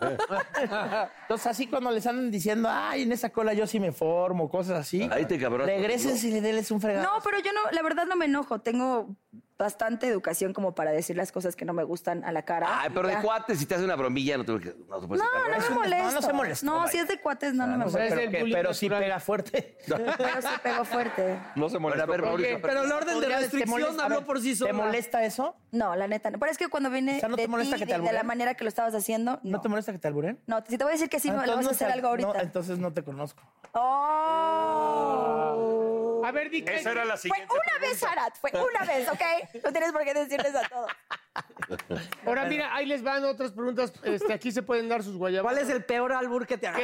Speaker 4: Entonces así cuando les andan diciendo, ay, en esa cola yo sí me formo, cosas así.
Speaker 2: Ahí te cabrón.
Speaker 4: Regresen y le denles un fregado.
Speaker 8: No, pero yo no, la verdad no me enojo. Tengo bastante educación como para decir las cosas que no me gustan a la cara.
Speaker 2: Ay, pero de
Speaker 8: Ya.
Speaker 2: cuates, si te hace una bromilla, no te, no te puedes
Speaker 8: No, no
Speaker 2: encargar.
Speaker 8: me
Speaker 4: un-
Speaker 8: molesto.
Speaker 4: no, no se molestó,
Speaker 8: No,
Speaker 4: vaya.
Speaker 8: si es de cuates,
Speaker 2: Ah,
Speaker 8: no, no me
Speaker 4: O sea,
Speaker 8: molesta.
Speaker 3: es
Speaker 4: pero,
Speaker 3: del
Speaker 4: que-
Speaker 3: bullying
Speaker 4: pero sí
Speaker 3: natural.
Speaker 4: pega fuerte.
Speaker 8: Pero sí pegó fuerte.
Speaker 6: No se
Speaker 2: Bueno,
Speaker 6: molesta.
Speaker 2: a ver, Mauricio,
Speaker 7: Pero el orden de
Speaker 4: Podría- ¿te
Speaker 7: restricción
Speaker 4: molesta? A
Speaker 7: habló
Speaker 4: ver,
Speaker 7: por sí
Speaker 4: ¿Te
Speaker 7: sola.
Speaker 4: molesta eso?
Speaker 8: No, la neta. no. Pero es que cuando viene
Speaker 4: O sea, ¿no te
Speaker 8: de
Speaker 4: molesta
Speaker 8: ti
Speaker 4: que te
Speaker 8: y de la
Speaker 4: alburen?
Speaker 8: manera que lo estabas haciendo,
Speaker 4: ¿No,
Speaker 8: no.
Speaker 4: te molesta que te alburen? Ah,
Speaker 8: No, si te voy a decir que sí, no, le vas a hacer
Speaker 4: no te-
Speaker 8: algo
Speaker 4: no,
Speaker 8: ahorita.
Speaker 4: entonces no te conozco.
Speaker 8: ¡Oh!
Speaker 3: A ver, di que-
Speaker 10: Esa era la
Speaker 8: Fue
Speaker 10: siguiente.
Speaker 8: una vez, Arat. Fue una vez, ¿ok? No tienes por qué decirles a todos.
Speaker 3: Ahora mira, ahí les van otras preguntas. Este, aquí se pueden dar sus guayabas.
Speaker 7: ¿Cuál es el peor albur que te haga?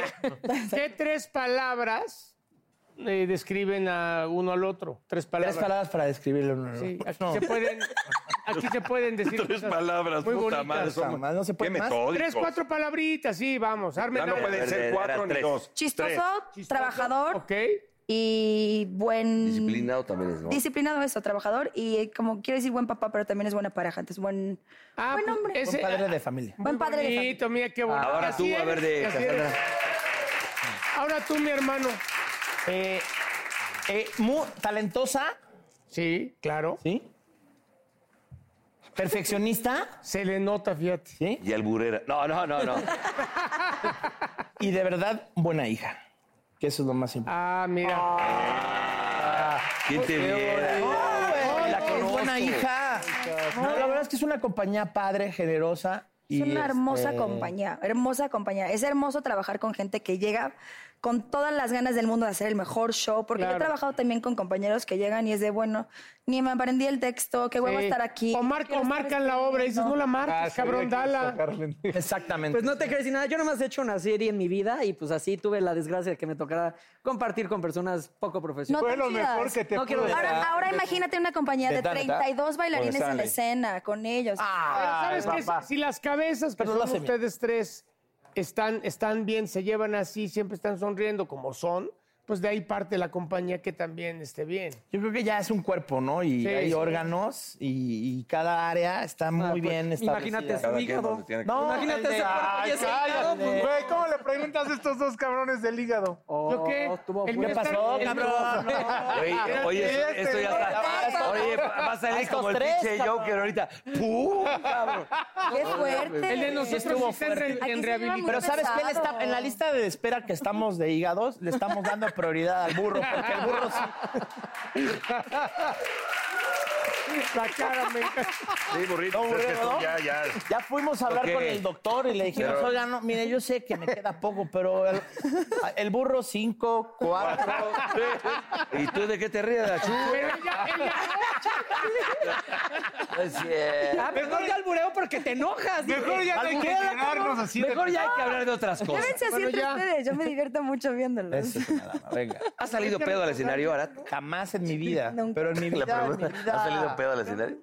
Speaker 3: ¿Qué tres palabras eh, describen a uno al otro? Tres palabras.
Speaker 4: Tres palabras para describirlo. No, no,
Speaker 3: Sí, aquí,
Speaker 4: no.
Speaker 3: se pueden, aquí se pueden decir
Speaker 10: Tres
Speaker 3: cosas
Speaker 10: palabras,
Speaker 3: muy
Speaker 10: puta
Speaker 3: bonitas.
Speaker 10: madre. son-
Speaker 4: Jamás, no se puede
Speaker 6: Qué
Speaker 4: más.
Speaker 6: metódicos.
Speaker 3: Tres, cuatro palabritas, sí, vamos. Armen
Speaker 6: Ya no
Speaker 3: algo.
Speaker 6: pueden
Speaker 2: Era
Speaker 6: ser cuatro ni
Speaker 2: tres.
Speaker 6: dos.
Speaker 8: Chistoso, trabajador
Speaker 3: Ok.
Speaker 8: y buen...
Speaker 2: Disciplinado también es, ¿no?
Speaker 8: Disciplinado eso, trabajador. Y eh, como quiero decir buen papá, pero también es buena pareja. Entonces, buen,
Speaker 3: Ah,
Speaker 8: buen
Speaker 3: pues,
Speaker 8: hombre.
Speaker 3: ese-
Speaker 4: Un padre de familia.
Speaker 3: muy
Speaker 8: Buen padre de familia.
Speaker 3: bonito, mira qué bonito.
Speaker 2: Ahora
Speaker 3: Así
Speaker 2: tú, a
Speaker 3: eres,
Speaker 2: ver, de
Speaker 3: así eres.
Speaker 2: Cassandra.
Speaker 3: Ahora tú, mi hermano.
Speaker 4: Eh, Eh, muy talentosa.
Speaker 3: Sí, claro.
Speaker 4: ¿Sí? ¿Perfeccionista?
Speaker 3: Se le nota, fíjate.
Speaker 4: ¿Sí?
Speaker 2: Y alburera. No, no, no, no.
Speaker 4: Y de verdad, buena hija. Que eso es lo más importante.
Speaker 3: Ah, mira.
Speaker 4: Pues,
Speaker 2: ¿Quién te viera?
Speaker 4: eh. la es buena hija. No, la verdad es que es una compañía padre, generosa. y,
Speaker 8: Es una hermosa
Speaker 4: este,
Speaker 8: compañía, hermosa compañía. Es hermoso trabajar con gente que llega con todas las ganas del mundo de hacer el mejor show, porque yo he
Speaker 3: Claro.
Speaker 8: trabajado también con compañeros que llegan y es de, bueno, ni me aprendí el texto, qué huevo
Speaker 3: Sí.
Speaker 8: estar aquí.
Speaker 3: O, marca- o marcan la obra y dices, no la marques, cabrón, dala.
Speaker 4: Exactamente.
Speaker 7: Pues no te crees nada. Yo nomás he hecho una serie en mi vida y pues así tuve la desgracia de que me tocará compartir con personas poco
Speaker 8: No
Speaker 7: profesionales.
Speaker 8: tan chidas.
Speaker 7: No quiero
Speaker 8: ahora,
Speaker 7: decir-
Speaker 8: ahora imagínate una compañía de
Speaker 7: ¿Neta, neta?
Speaker 8: 32 bailarines en la
Speaker 7: Stanley.
Speaker 8: escena con ellos.
Speaker 3: Ah, Pero ¿sabes qué? Si las cabezas que
Speaker 4: Ah, Pero lo
Speaker 3: son
Speaker 4: hace bien.
Speaker 3: ustedes tres están, están bien, se llevan así, siempre están sonriendo como son, pues de ahí parte la compañía que también esté bien.
Speaker 4: Yo creo que ya es un cuerpo, ¿no? Y
Speaker 3: Sí,
Speaker 4: hay
Speaker 3: sí. Ah, pues,
Speaker 4: órganos y, y cada área está muy bien establecida.
Speaker 7: imagínate su Cada quien hígado. donde tiene que-
Speaker 4: No,
Speaker 7: Imagínate ese cuerpo y
Speaker 4: Ay,
Speaker 7: ese
Speaker 4: cállate.
Speaker 7: hígado, pues,
Speaker 1: Güey, ¿cómo le preguntas a estos dos cabrones del hígado?
Speaker 3: ¿Yo qué?
Speaker 7: Oh, estuvo
Speaker 3: El
Speaker 7: bueno.
Speaker 3: mío
Speaker 7: ¿Qué
Speaker 3: está-
Speaker 7: pasó,
Speaker 3: el mío-
Speaker 2: Oye, oye,
Speaker 3: Este,
Speaker 2: esto, esto ya está. Oye, va a salir como el pinche Joker ahorita. ¡Pum! cabrón!
Speaker 8: ¡Qué fuerte!
Speaker 3: El de nosotros está en, re- en rehabilitación.
Speaker 4: Pero ¿sabes qué? Le está- en la lista de espera que estamos de hígados, le estamos dando prioridad al burro, porque el burro sí.
Speaker 3: La cara me
Speaker 10: Sí, burrito, pues, es que tú ya, ya.
Speaker 4: Ya fuimos a hablar
Speaker 10: Ok.
Speaker 4: con el doctor y le dijimos,
Speaker 10: Pero-
Speaker 4: oiga, no, mire, yo sé que me queda poco, pero el, el burro 5, 4.
Speaker 2: ¿Y tú de qué te ríes, Achú? No es cierto.
Speaker 7: Ah, mejor ya albureo porque te enojas. dije.
Speaker 1: Mejor ya no hay que
Speaker 7: Alburéala, cabrón.
Speaker 1: llenarnos así de-
Speaker 2: Mejor ya hay que hablar de otras cosas.
Speaker 8: Llévense así entre ustedes, yo me divierto mucho viéndolos.
Speaker 4: Venga.
Speaker 2: ¿Ha salido pedo al escenario, Arat?
Speaker 4: Jamás en mi vida.
Speaker 8: Nunca.
Speaker 4: Pero en mi vida.
Speaker 2: La pregunta,
Speaker 4: en mi vida.
Speaker 2: ¿ha salido pedo al escenario?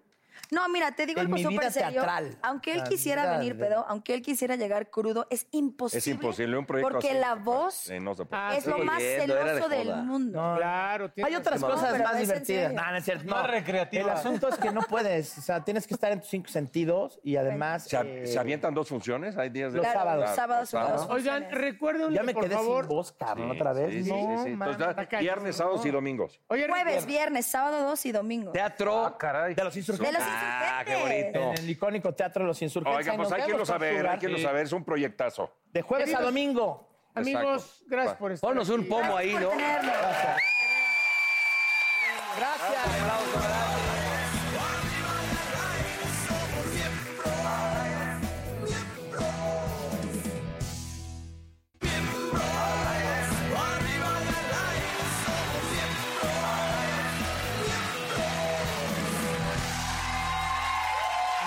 Speaker 8: No, mira, te digo
Speaker 4: En
Speaker 8: algo
Speaker 4: mi vida
Speaker 8: súper serio.
Speaker 4: teatral.
Speaker 8: Aunque él
Speaker 4: La
Speaker 8: quisiera
Speaker 4: vida
Speaker 8: venir
Speaker 4: de-
Speaker 8: pedo, aunque él quisiera llegar crudo, es imposible.
Speaker 10: Es imposible un proyecto
Speaker 8: Porque
Speaker 10: así,
Speaker 8: la
Speaker 10: no,
Speaker 8: voz
Speaker 10: sí, no se puede.
Speaker 6: Ah,
Speaker 8: es lo más celoso del mundo.
Speaker 3: Claro,
Speaker 4: Hay otras cosas
Speaker 8: pero
Speaker 4: más
Speaker 8: es en
Speaker 4: divertidas.
Speaker 8: serio.
Speaker 4: No, no es cierto. No.
Speaker 1: Más recreativa.
Speaker 4: El asunto es que no puedes. O sea, tienes que estar en tus cinco sentidos y además.
Speaker 10: ¿Se,
Speaker 4: eh,
Speaker 10: se avientan dos funciones? Hay días de.
Speaker 4: Los sábados.
Speaker 10: Ah,
Speaker 4: Sábados, sábados.
Speaker 3: Oigan, recuerden,
Speaker 4: ya me
Speaker 3: por
Speaker 4: quedé
Speaker 3: favor.
Speaker 4: sin voz, cabrón,
Speaker 10: Sí,
Speaker 4: otra vez.
Speaker 10: sí, sí,
Speaker 4: no,
Speaker 10: sí, sí.
Speaker 4: man.
Speaker 10: Entonces, da- viernes, sábados y domingos.
Speaker 3: Oye,
Speaker 8: Jueves, viernes, sábado 2 y domingo.
Speaker 2: Teatro.
Speaker 4: De los insurgentes.
Speaker 8: De los
Speaker 2: Ah, qué
Speaker 8: insurgentes.
Speaker 2: bonito.
Speaker 4: En el icónico Teatro de los Insurgentes.
Speaker 10: Oiga,
Speaker 4: Ahí
Speaker 10: pues
Speaker 4: nos
Speaker 10: hay que lo
Speaker 4: vemos con su
Speaker 10: saber, hay
Speaker 4: lugar.
Speaker 10: que lo saber, es un proyectazo.
Speaker 4: De jueves a
Speaker 3: Queridos-
Speaker 4: domingo.
Speaker 3: Amigos,
Speaker 10: Exacto.
Speaker 3: gracias por estar
Speaker 2: Ponnos un
Speaker 3: aquí.
Speaker 2: pomo ahí, ¿no?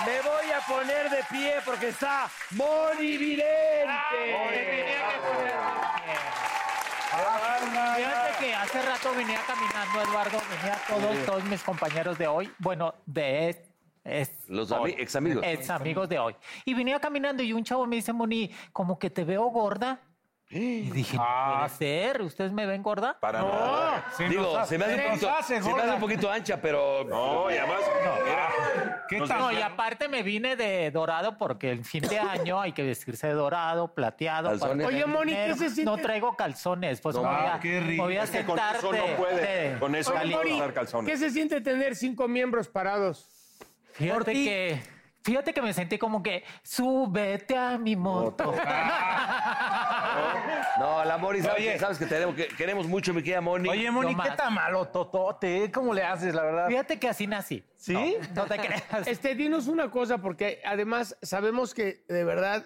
Speaker 2: Me voy a poner de pie porque está Moni
Speaker 3: Ah,
Speaker 2: Vidente.
Speaker 12: Fíjate que hace rato venía caminando, Eduardo, venía todos, todos mis compañeros de hoy, bueno, de es- es-
Speaker 2: Los ami-
Speaker 12: hoy,
Speaker 2: ex amigos.
Speaker 12: ex amigos de hoy. Y venía caminando y un chavo me dice, Moni, como que te veo gorda. Y dije, no
Speaker 13: Ah.
Speaker 12: puede ser, ¿ustedes me ven gorda?
Speaker 10: Para nada.
Speaker 2: Digo,
Speaker 1: nos
Speaker 2: se me hace
Speaker 1: hace-
Speaker 2: un poquito,
Speaker 1: se nos hace
Speaker 2: se me hace
Speaker 1: gorda.
Speaker 2: un poquito ancha, pero.
Speaker 10: No, y además. mira,
Speaker 1: ¿Qué
Speaker 10: nos-
Speaker 12: ah, No, y aparte me vine de dorado porque el fin de año hay que vestirse de dorado, plateado. para
Speaker 2: Calzones.
Speaker 12: tener
Speaker 3: Oye, Moni, ¿qué
Speaker 12: dinero.
Speaker 3: se siente?
Speaker 12: No traigo calzones, pues
Speaker 10: No,
Speaker 12: me voy a,
Speaker 10: ah, qué rico.
Speaker 12: me voy a
Speaker 10: Es que con
Speaker 12: sentar
Speaker 10: eso no
Speaker 12: de-
Speaker 10: puede,
Speaker 12: de-
Speaker 10: con eso
Speaker 12: Oye,
Speaker 10: no puede
Speaker 12: Moni,
Speaker 10: usar
Speaker 3: ¿Qué
Speaker 10: calzones.
Speaker 3: se siente tener cinco miembros parados?
Speaker 12: Fíjate que, fíjate que me sentí como que, súbete a mi moto.
Speaker 2: No, la Moni, sabes,
Speaker 12: Oye.
Speaker 2: que- sabes que tenemos, que queremos mucho, mi querida Moni.
Speaker 12: Oye,
Speaker 2: Moni,
Speaker 12: Moni, ¿qué tan
Speaker 4: malo, totote?
Speaker 13: ¿eh?
Speaker 4: ¿Cómo le haces, la verdad?
Speaker 12: Fíjate que así nací. ¿Sí? No, no te creas.
Speaker 3: Este, dinos una cosa, porque además sabemos que de verdad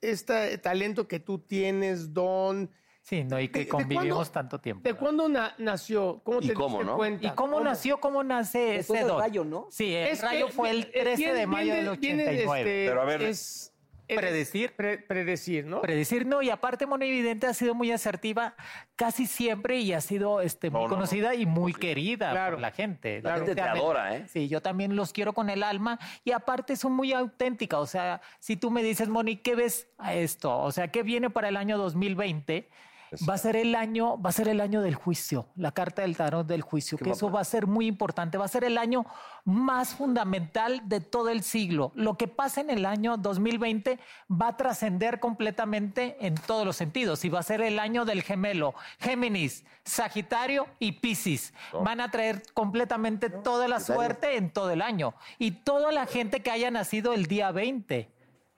Speaker 3: este talento que tú tienes, don.
Speaker 12: Sí, no, y que
Speaker 3: ¿De- de
Speaker 12: convivimos
Speaker 3: cuándo-
Speaker 12: tanto tiempo.
Speaker 3: ¿De cuándo na- nació? ¿Cómo
Speaker 2: ¿Y
Speaker 3: te
Speaker 2: cómo,
Speaker 3: diste
Speaker 2: no?
Speaker 3: cuenta?
Speaker 12: ¿Y cómo, nació? ¿Cómo nace
Speaker 7: Después
Speaker 12: ese
Speaker 7: del
Speaker 12: don?
Speaker 7: rayo, ¿no?
Speaker 12: Sí, el
Speaker 3: Es que
Speaker 12: rayo fue el
Speaker 3: vi-
Speaker 12: 13 de
Speaker 3: viene-
Speaker 12: mayo del
Speaker 3: viene- viene,
Speaker 12: 89.
Speaker 3: este,
Speaker 10: Pero a ver.
Speaker 3: es- es-
Speaker 12: Predecir.
Speaker 3: pre- predecir, ¿no?
Speaker 12: predecir, no, y aparte Moni Vidente ha sido muy asertiva casi siempre y ha sido este, muy
Speaker 10: No, no,
Speaker 12: conocida y muy querida
Speaker 3: Claro.
Speaker 12: por la gente.
Speaker 2: La gente te
Speaker 12: ama.
Speaker 2: adora, ¿eh?
Speaker 12: Sí, yo también los quiero con el alma y aparte son muy auténticas, o sea, si tú me dices, Moni, ¿qué ves a esto? O sea, ¿qué viene para el año 2020?
Speaker 2: Pues
Speaker 12: Va a ser el año, va a ser el año del juicio, la carta del tarot del juicio,
Speaker 13: Qué
Speaker 12: que eso
Speaker 13: guapa.
Speaker 12: va a ser muy importante, va a ser el año más fundamental de todo el siglo. Lo que pasa en el año 2020 va a trascender completamente en todos los sentidos y va a ser el año del gemelo, Géminis, Sagitario y Piscis. Van a traer completamente toda la
Speaker 13: Sagitario.
Speaker 12: suerte en todo el año y toda la gente que haya nacido el día 20.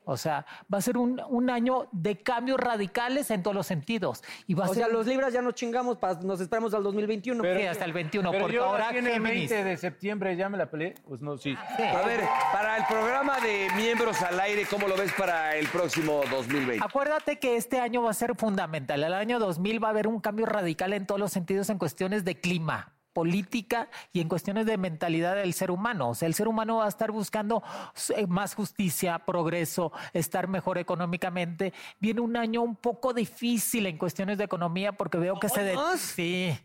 Speaker 12: O sea, va a ser un, un año de cambios radicales en todos los sentidos. Y va a
Speaker 7: O
Speaker 12: ser
Speaker 7: sea, los libras ya nos chingamos, pa- nos esperamos al 2021.
Speaker 12: Pero- Sí, hasta el 21,
Speaker 1: Pero
Speaker 12: porque
Speaker 1: yo
Speaker 12: ahora
Speaker 1: nací en el
Speaker 12: Géminis.
Speaker 1: 20 de septiembre, ¿ya me la peleé? Pues no, sí.
Speaker 2: A ver, para el programa de Miembros al Aire, ¿cómo lo ves para el próximo 2020?
Speaker 12: Acuérdate que este año va a ser fundamental. El año 2000 va a haber un cambio radical en todos los sentidos en cuestiones de clima política y en cuestiones de mentalidad del ser humano. O sea, el ser humano va a estar buscando eh, más justicia, progreso, estar mejor económicamente. Viene un año un poco difícil en cuestiones de economía porque veo que se, de- sí,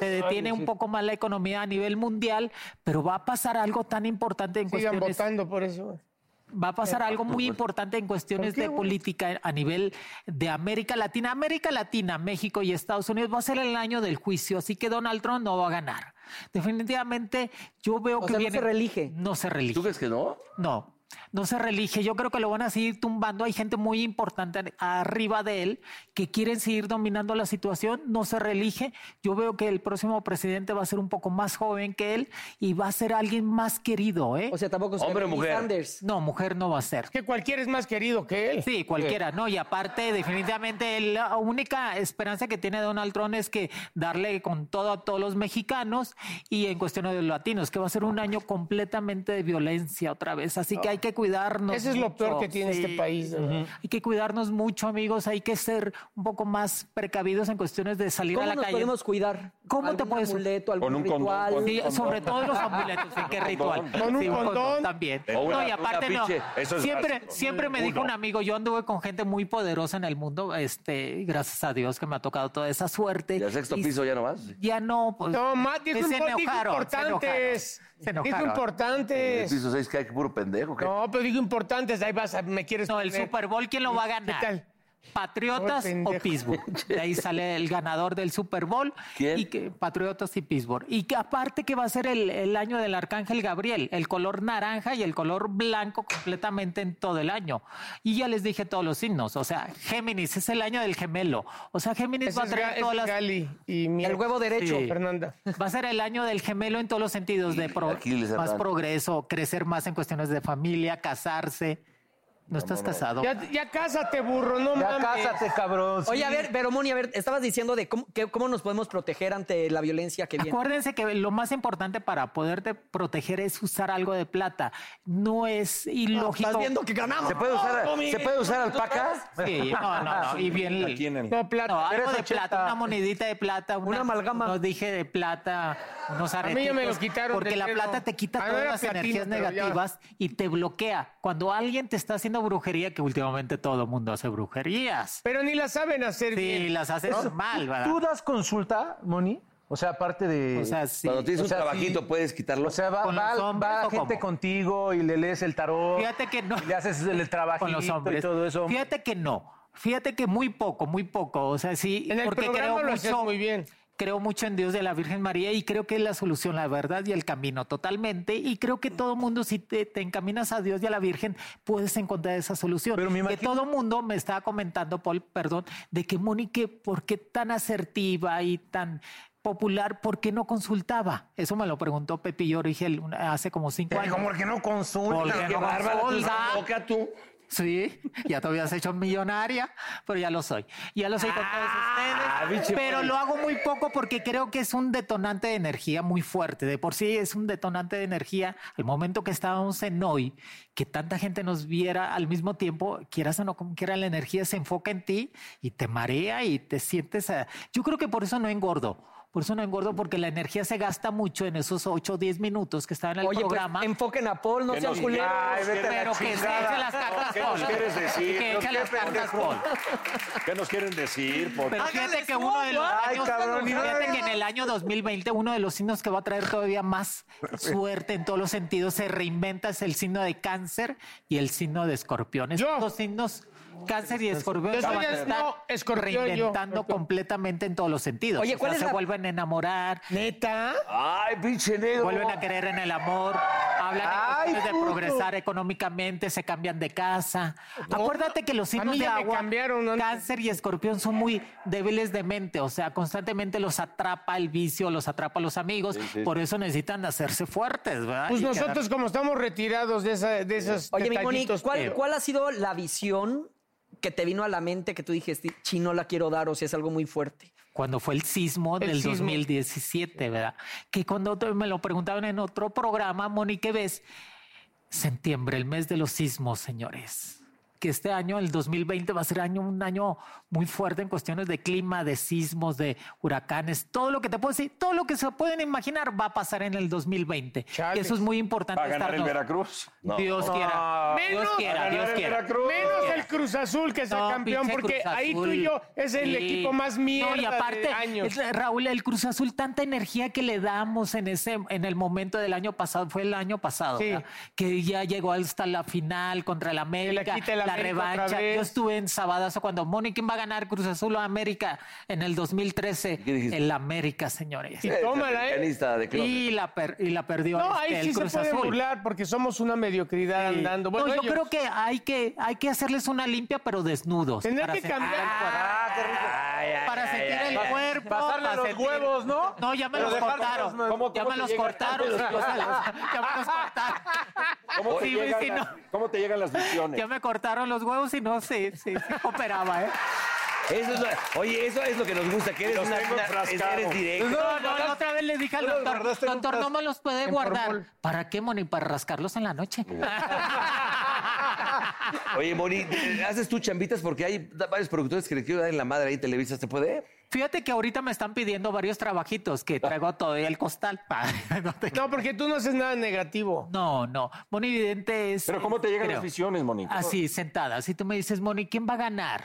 Speaker 12: se detiene
Speaker 3: Ay,
Speaker 12: un
Speaker 3: sí.
Speaker 12: poco más la economía a nivel mundial, pero va a pasar algo tan importante en
Speaker 3: Sigan
Speaker 12: cuestiones
Speaker 3: votando por eso.
Speaker 12: va a pasar algo
Speaker 7: pues,
Speaker 12: muy importante en cuestiones
Speaker 3: ¿Por qué,
Speaker 12: de
Speaker 3: güey?
Speaker 12: política a nivel de América Latina. América Latina, México y Estados Unidos va a ser el año del juicio, así que Donald Trump no va a ganar. Definitivamente yo veo que
Speaker 7: sea, no
Speaker 12: viene...
Speaker 7: se reelige.
Speaker 12: No se reelige. ¿Tú
Speaker 2: crees que no?
Speaker 12: No. No se reelige, yo creo que lo van a seguir tumbando. Hay gente muy importante ar- arriba de él que quieren seguir dominando la situación, no se reelige. Yo veo que el próximo presidente va a ser un poco más joven que él y va a ser alguien más querido. ¿eh? O sea, tampoco
Speaker 7: se Hombre o Bernie mujer.
Speaker 12: No, mujer no va a ser.
Speaker 3: Que cualquiera es más querido que él.
Speaker 12: Sí, cualquiera, ¿no? Y aparte, definitivamente, la única esperanza que tiene Donald Trump es que darle con todo a todos los mexicanos y en cuestión de los latinos, que va a ser un año completamente de violencia otra vez. Así que hay que cuidarnos.
Speaker 3: Eso es lo
Speaker 12: mucho,
Speaker 3: peor que tiene este país, de verdad.
Speaker 12: Hay que cuidarnos mucho, amigos. Hay que ser un poco más precavidos en cuestiones de salir
Speaker 7: ¿Cómo
Speaker 12: a la
Speaker 7: nos
Speaker 12: calle.
Speaker 7: podemos cuidar?
Speaker 12: ¿Cómo te
Speaker 7: ¿Algún
Speaker 12: puedes
Speaker 7: amuleto, algún
Speaker 12: Con un condón,
Speaker 7: ritual?
Speaker 12: con un Sí, condón. sobre todo los amuletos, ¿en qué ritual?
Speaker 7: Con un
Speaker 12: Sí,
Speaker 7: condón.
Speaker 12: también.
Speaker 7: O una-
Speaker 12: no, y aparte
Speaker 7: una
Speaker 12: no.
Speaker 7: pinche- eso es
Speaker 12: siempre,
Speaker 7: básico.
Speaker 12: siempre me dijo
Speaker 7: Uno.
Speaker 12: un amigo, yo anduve con gente muy poderosa en el mundo, este, gracias a Dios que me ha tocado toda esa suerte.
Speaker 2: ¿Y al sexto
Speaker 12: Y
Speaker 2: piso ya no vas?
Speaker 12: Ya no, pues.
Speaker 3: No, más,
Speaker 12: que
Speaker 3: dijo
Speaker 12: se
Speaker 3: impo- dijo
Speaker 12: enojaron,
Speaker 3: importantes.
Speaker 12: Se enojaron.
Speaker 3: Dijo importantes.
Speaker 2: En el
Speaker 12: pues,
Speaker 2: piso 6 que hay puro pendejo. ¿qué?
Speaker 3: No, pero digo importantes, ahí vas, a- me quieres
Speaker 12: No, el
Speaker 3: poner-
Speaker 12: Super Bowl, ¿quién lo va a
Speaker 3: ¿Qué
Speaker 12: ganar?
Speaker 3: tal?
Speaker 12: Patriotas
Speaker 3: Pobre
Speaker 12: o
Speaker 3: pendejo.
Speaker 12: Pittsburgh. De ahí sale el ganador del Super Bowl. Y que, Patriotas y Pittsburgh. Y que aparte que va a ser el, el año del Arcángel Gabriel, el color naranja y el color blanco completamente en todo el año. Y ya les dije todos los signos. O sea, Géminis es el año del gemelo. O sea, Géminis
Speaker 3: Ese
Speaker 12: va a
Speaker 3: es
Speaker 12: traer
Speaker 3: Ga- ese
Speaker 12: todas
Speaker 3: es
Speaker 12: las.
Speaker 3: Gali y mi-
Speaker 12: El huevo derecho.
Speaker 3: Sí. Fernanda.
Speaker 12: Va a ser el año del gemelo en todos los sentidos, de pro-
Speaker 3: Aquiles
Speaker 12: más
Speaker 3: Herrán.
Speaker 12: progreso, crecer más en cuestiones de familia, casarse. No estás casado.
Speaker 3: Ya, ya cásate, burro, no
Speaker 7: Ya
Speaker 3: mames.
Speaker 7: cásate,
Speaker 3: cabrón.
Speaker 7: Oye, a ver, pero Moni, a ver, estabas diciendo de cómo, que- cómo nos podemos proteger ante la violencia que viene.
Speaker 12: Acuérdense que lo más importante para poderte proteger es usar algo de plata. No es ilógico.
Speaker 7: estás viendo que ganamos.
Speaker 2: ¿Se puede usar- No, mi- se puede usar alpaca?
Speaker 12: Sí, no, no, no. Y bien.
Speaker 2: La tienen.
Speaker 3: No, plata.
Speaker 12: No, algo de
Speaker 3: 380.
Speaker 12: plata, una monedita de plata, una, amalgama. Unos dije de plata, unos
Speaker 3: A mí ya
Speaker 12: aretitos.
Speaker 3: me los quitaron
Speaker 12: Porque
Speaker 3: del
Speaker 12: la
Speaker 3: dedo.
Speaker 12: plata te quita
Speaker 3: Ah, no
Speaker 12: todas
Speaker 3: era
Speaker 12: las
Speaker 3: platino,
Speaker 12: energías
Speaker 3: pero ya.
Speaker 12: negativas y te bloquea. Cuando alguien te está haciendo brujería, que últimamente todo el mundo hace brujerías.
Speaker 3: Pero ni las saben hacer
Speaker 12: Sí,
Speaker 3: bien.
Speaker 12: las haces
Speaker 3: ¿No?
Speaker 12: mal, ¿verdad?
Speaker 13: ¿Tú das consulta, Moni? O sea, aparte de.
Speaker 12: O sea, sí.
Speaker 2: Cuando tienes
Speaker 13: O sea,
Speaker 2: un trabajito,
Speaker 13: sí.
Speaker 2: puedes quitarlo.
Speaker 13: O sea, va,
Speaker 2: Con los
Speaker 13: va-
Speaker 2: hombres
Speaker 13: va
Speaker 2: o
Speaker 13: gente
Speaker 2: cómo?
Speaker 13: contigo y le lees el tarot.
Speaker 12: Fíjate que no.
Speaker 13: y le haces el trabajito
Speaker 12: con los hombres.
Speaker 13: y todo eso.
Speaker 12: Fíjate que no. Fíjate que muy poco, muy poco. O sea, sí,
Speaker 3: En el
Speaker 12: porque
Speaker 3: programa
Speaker 12: creo
Speaker 3: lo hacías
Speaker 12: mucho.
Speaker 3: muy bien.
Speaker 12: Creo mucho en Dios de la Virgen María y creo que es la solución, la verdad y el camino totalmente. Y creo que todo mundo, si te, te encaminas a Dios y a la Virgen, puedes encontrar esa solución. Pero Que todo mundo me estaba comentando, Paul, perdón, de que Mónica, ¿por qué tan asertiva y tan popular? ¿Por qué no consultaba? Eso me lo preguntó Pepillo Origel una- hace como cinco años.
Speaker 13: ¿Por qué no consulta?
Speaker 12: Porque
Speaker 13: Qué
Speaker 12: no
Speaker 13: bárbara, tú
Speaker 12: consulta.
Speaker 13: estás loca, tú.
Speaker 12: Sí, ya te habías hecho millonaria, pero ya lo soy. Ya lo soy con todos ustedes.
Speaker 13: bicho,
Speaker 12: Pero
Speaker 13: güey.
Speaker 12: lo hago muy poco porque creo que es un detonante de energía muy fuerte. De por sí es un detonante de energía. Al momento que estábamos en hoy, que tanta gente nos viera al mismo tiempo, quieras o no como quiera, la energía se enfoca en ti y te marea y te sientes. a- Yo creo que por eso no engordo. Por eso no engordo, porque la energía se gasta mucho en esos 8 o 10 minutos que estaba en el
Speaker 7: Oye, pues,
Speaker 12: programa. enfoquen a Paul,
Speaker 7: no Que sean nos- culeros. Ay, vete a la
Speaker 12: pero que se eche
Speaker 7: chingada.
Speaker 12: las cartas
Speaker 10: ¿Qué nos
Speaker 12: Paul.
Speaker 10: quieres decir?
Speaker 12: Que eche
Speaker 10: ¿Qué
Speaker 12: las cartas
Speaker 10: pendejo?
Speaker 12: Paul.
Speaker 10: ¿Qué nos quieren decir? Por-
Speaker 12: Pero fíjate que uno de los
Speaker 2: ¿eh?
Speaker 10: Ay,
Speaker 12: años,
Speaker 10: cabrón,
Speaker 12: fíjate
Speaker 10: mira.
Speaker 12: que en el año 2020 uno de los signos que va a traer todavía más suerte en todos los sentidos se reinventa es el signo de cáncer y el signo de escorpión. Esos dos signos Cáncer y escorpión
Speaker 3: Yo
Speaker 12: se
Speaker 3: soy
Speaker 12: van a
Speaker 3: de-
Speaker 12: estar
Speaker 3: no, escorpión, yo.
Speaker 12: reinventando completamente en todos los sentidos.
Speaker 3: Oye,
Speaker 12: O
Speaker 3: ¿cuál
Speaker 12: sea,
Speaker 3: es
Speaker 12: se
Speaker 3: la-
Speaker 12: vuelven a enamorar.
Speaker 3: ¿Neta?
Speaker 12: Ay, pinche
Speaker 3: negro.
Speaker 12: Vuelven a querer en el amor. Hablan de
Speaker 3: Ay,
Speaker 12: cuestiones de
Speaker 3: puto.
Speaker 12: progresar económicamente, se cambian de casa. Acuérdate que los signos
Speaker 3: mí
Speaker 12: de
Speaker 3: ya me
Speaker 12: agua, cáncer y escorpión son muy débiles de mente, o sea, constantemente los atrapa el vicio, los atrapa los amigos,
Speaker 3: sí.
Speaker 12: por eso necesitan hacerse fuertes, ¿verdad?
Speaker 3: Pues
Speaker 12: Y
Speaker 3: nosotros,
Speaker 12: quedar-
Speaker 3: como estamos retirados de, esa, de esos
Speaker 7: Oye, mi Moni,
Speaker 3: detallitos,
Speaker 7: ¿cuál,
Speaker 3: pero-
Speaker 7: cuál ha sido la visión que te vino a la mente que tú dijiste, "Sí, no la quiero dar o si es algo muy fuerte?
Speaker 12: cuando fue el sismo
Speaker 7: El
Speaker 12: del
Speaker 7: sismo.
Speaker 12: 2017, ¿verdad? Que cuando otro- me lo preguntaban en otro programa, Moni, ¿qué ves? Septiembre, el mes de los sismos, señores. Que este año, el 2020, va a ser año, un año muy fuerte en cuestiones de clima, de sismos, de huracanes, todo lo que te puedo decir, todo lo que se pueden imaginar va a pasar en el 2020. Y eso es muy importante.
Speaker 10: ¿Va a ganar el
Speaker 12: estarnos-
Speaker 10: Veracruz? No.
Speaker 12: Dios
Speaker 10: No.
Speaker 12: quiera. Ah.
Speaker 9: Ah.
Speaker 12: Dios
Speaker 3: Menos,
Speaker 12: quiera, Dios quiera. Dios
Speaker 3: menos
Speaker 12: quiera.
Speaker 3: el Cruz Azul que es el
Speaker 12: No,
Speaker 3: campeón,
Speaker 12: pinche
Speaker 3: porque
Speaker 12: Cruz
Speaker 3: ahí tú
Speaker 12: Azul.
Speaker 3: y yo es el
Speaker 12: Sí.
Speaker 3: equipo más mierda
Speaker 12: No, y aparte,
Speaker 3: de años.
Speaker 12: es- Raúl, el Cruz Azul, tanta energía que le damos en ese, en el momento del año pasado, fue el año pasado,
Speaker 3: Sí.
Speaker 12: ¿verdad? que ya llegó hasta la final contra el América,
Speaker 3: quita el
Speaker 12: la
Speaker 3: América otra
Speaker 12: revancha.
Speaker 3: vez.
Speaker 12: Yo estuve en Sabadazo cuando Moni, ¿quién va a ganar Cruz Azul o América en el 2013? El América, señores.
Speaker 3: Y tómala, ¿eh?
Speaker 10: Americanista de closet.
Speaker 12: Y la, per- y la perdió
Speaker 3: No,
Speaker 12: este,
Speaker 3: ahí
Speaker 12: el
Speaker 3: sí se
Speaker 12: Cruz
Speaker 3: pueden
Speaker 12: Azul.
Speaker 3: burlar porque somos una mediocridad andando. Bueno,
Speaker 12: No, yo
Speaker 3: ellos-
Speaker 12: creo que hay que hay que hacerles una limpia pero desnudos.
Speaker 3: Tendrá
Speaker 12: para Ah,
Speaker 3: que
Speaker 12: sentir
Speaker 3: cambiar.
Speaker 12: el cuerpo. para sentir el cuerpo,
Speaker 1: Pasarle
Speaker 12: para
Speaker 1: los
Speaker 12: sentir-
Speaker 1: huevos, ¿no?
Speaker 12: No, ya me
Speaker 1: Pero
Speaker 12: los
Speaker 1: dejarlos-
Speaker 12: cortaron.
Speaker 1: ¿Cómo- cómo
Speaker 12: ya
Speaker 1: te
Speaker 12: me los
Speaker 1: llega?
Speaker 12: cortaron. los- los- ya me los cortaron.
Speaker 10: ¿Cómo te,
Speaker 12: Sí,
Speaker 10: llegan
Speaker 12: sí,
Speaker 10: las, cómo te llegan las visiones?
Speaker 12: Ya me cortaron los huevos y no sé, sí, sí, operaba, ¿eh?
Speaker 2: Eso es lo- oye, eso es lo que nos gusta, que eres,
Speaker 12: Los
Speaker 2: una,
Speaker 12: tengo
Speaker 2: una-
Speaker 12: enfrascados.
Speaker 2: eres directo.
Speaker 12: No, no, la otra vez le dije al
Speaker 2: No los
Speaker 12: doctor,
Speaker 2: guardaste en
Speaker 12: doctor,
Speaker 2: un
Speaker 12: no me los puede
Speaker 2: en
Speaker 12: guardar.
Speaker 2: formol.
Speaker 12: ¿Para qué, Moni? Para rascarlos en la noche.
Speaker 2: Oye, Moni, ¿haces tú chambitas? Porque hay da- varios productores que le quiero dar en la madre ahí en Televisa, ¿se puede?
Speaker 12: Fíjate que ahorita me están pidiendo varios trabajitos que traigo todavía el costal. no, porque tú no haces nada negativo. No, no. Moni Vidente es.
Speaker 10: Pero ¿cómo te llegan
Speaker 12: creo.
Speaker 10: las visiones, Moni?
Speaker 12: Así, sentada. Si tú me dices, Moni, ¿quién va a ganar?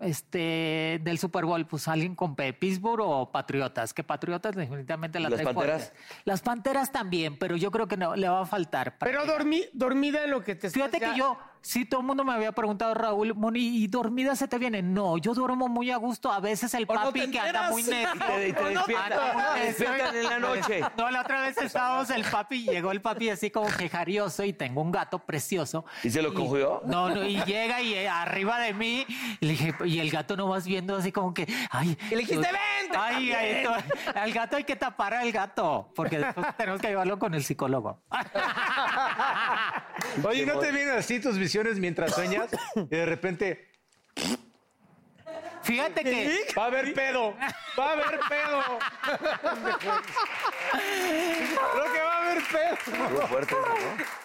Speaker 12: Este, del Super Bowl, pues alguien con P- Pittsburgh o Patriotas, que Patriotas definitivamente la
Speaker 2: ¿Las
Speaker 12: trae
Speaker 2: Panteras?
Speaker 12: fuerte. Las Panteras también, pero yo creo que no, le va a faltar. Pero dormida en lo que te Fíjate que yo, si todo el mundo me había preguntado, Raúl, Moni, ¿y dormida se te viene? No, yo duermo muy a gusto. A veces el
Speaker 2: no
Speaker 12: papi
Speaker 2: te
Speaker 12: que anda
Speaker 2: enteras.
Speaker 12: muy necio.
Speaker 2: Y te- y te
Speaker 12: anda muy
Speaker 2: despierta-
Speaker 12: necio.
Speaker 2: te despiertan en la noche.
Speaker 12: No, la otra vez estábamos el papi, llegó el papi así como quejarioso y tengo un gato precioso.
Speaker 2: ¿Y se lo cogió?
Speaker 12: No, no, y llega y eh, arriba de mí, y le dije, y el gato no vas viendo así como que, ay.
Speaker 7: Y le dijiste,
Speaker 12: tú-
Speaker 7: "Vente
Speaker 12: Ay, ay,
Speaker 7: también".
Speaker 12: tú- al gato hay que tapar al gato, porque después tenemos que llevarlo con el psicólogo.
Speaker 14: Oye, ¿no te vienen así tus visiones mientras sueñas? Y de repente.
Speaker 12: Fíjate que.
Speaker 14: Va a haber pedo.
Speaker 1: Va a haber pedo. Creo que va a haber pedo.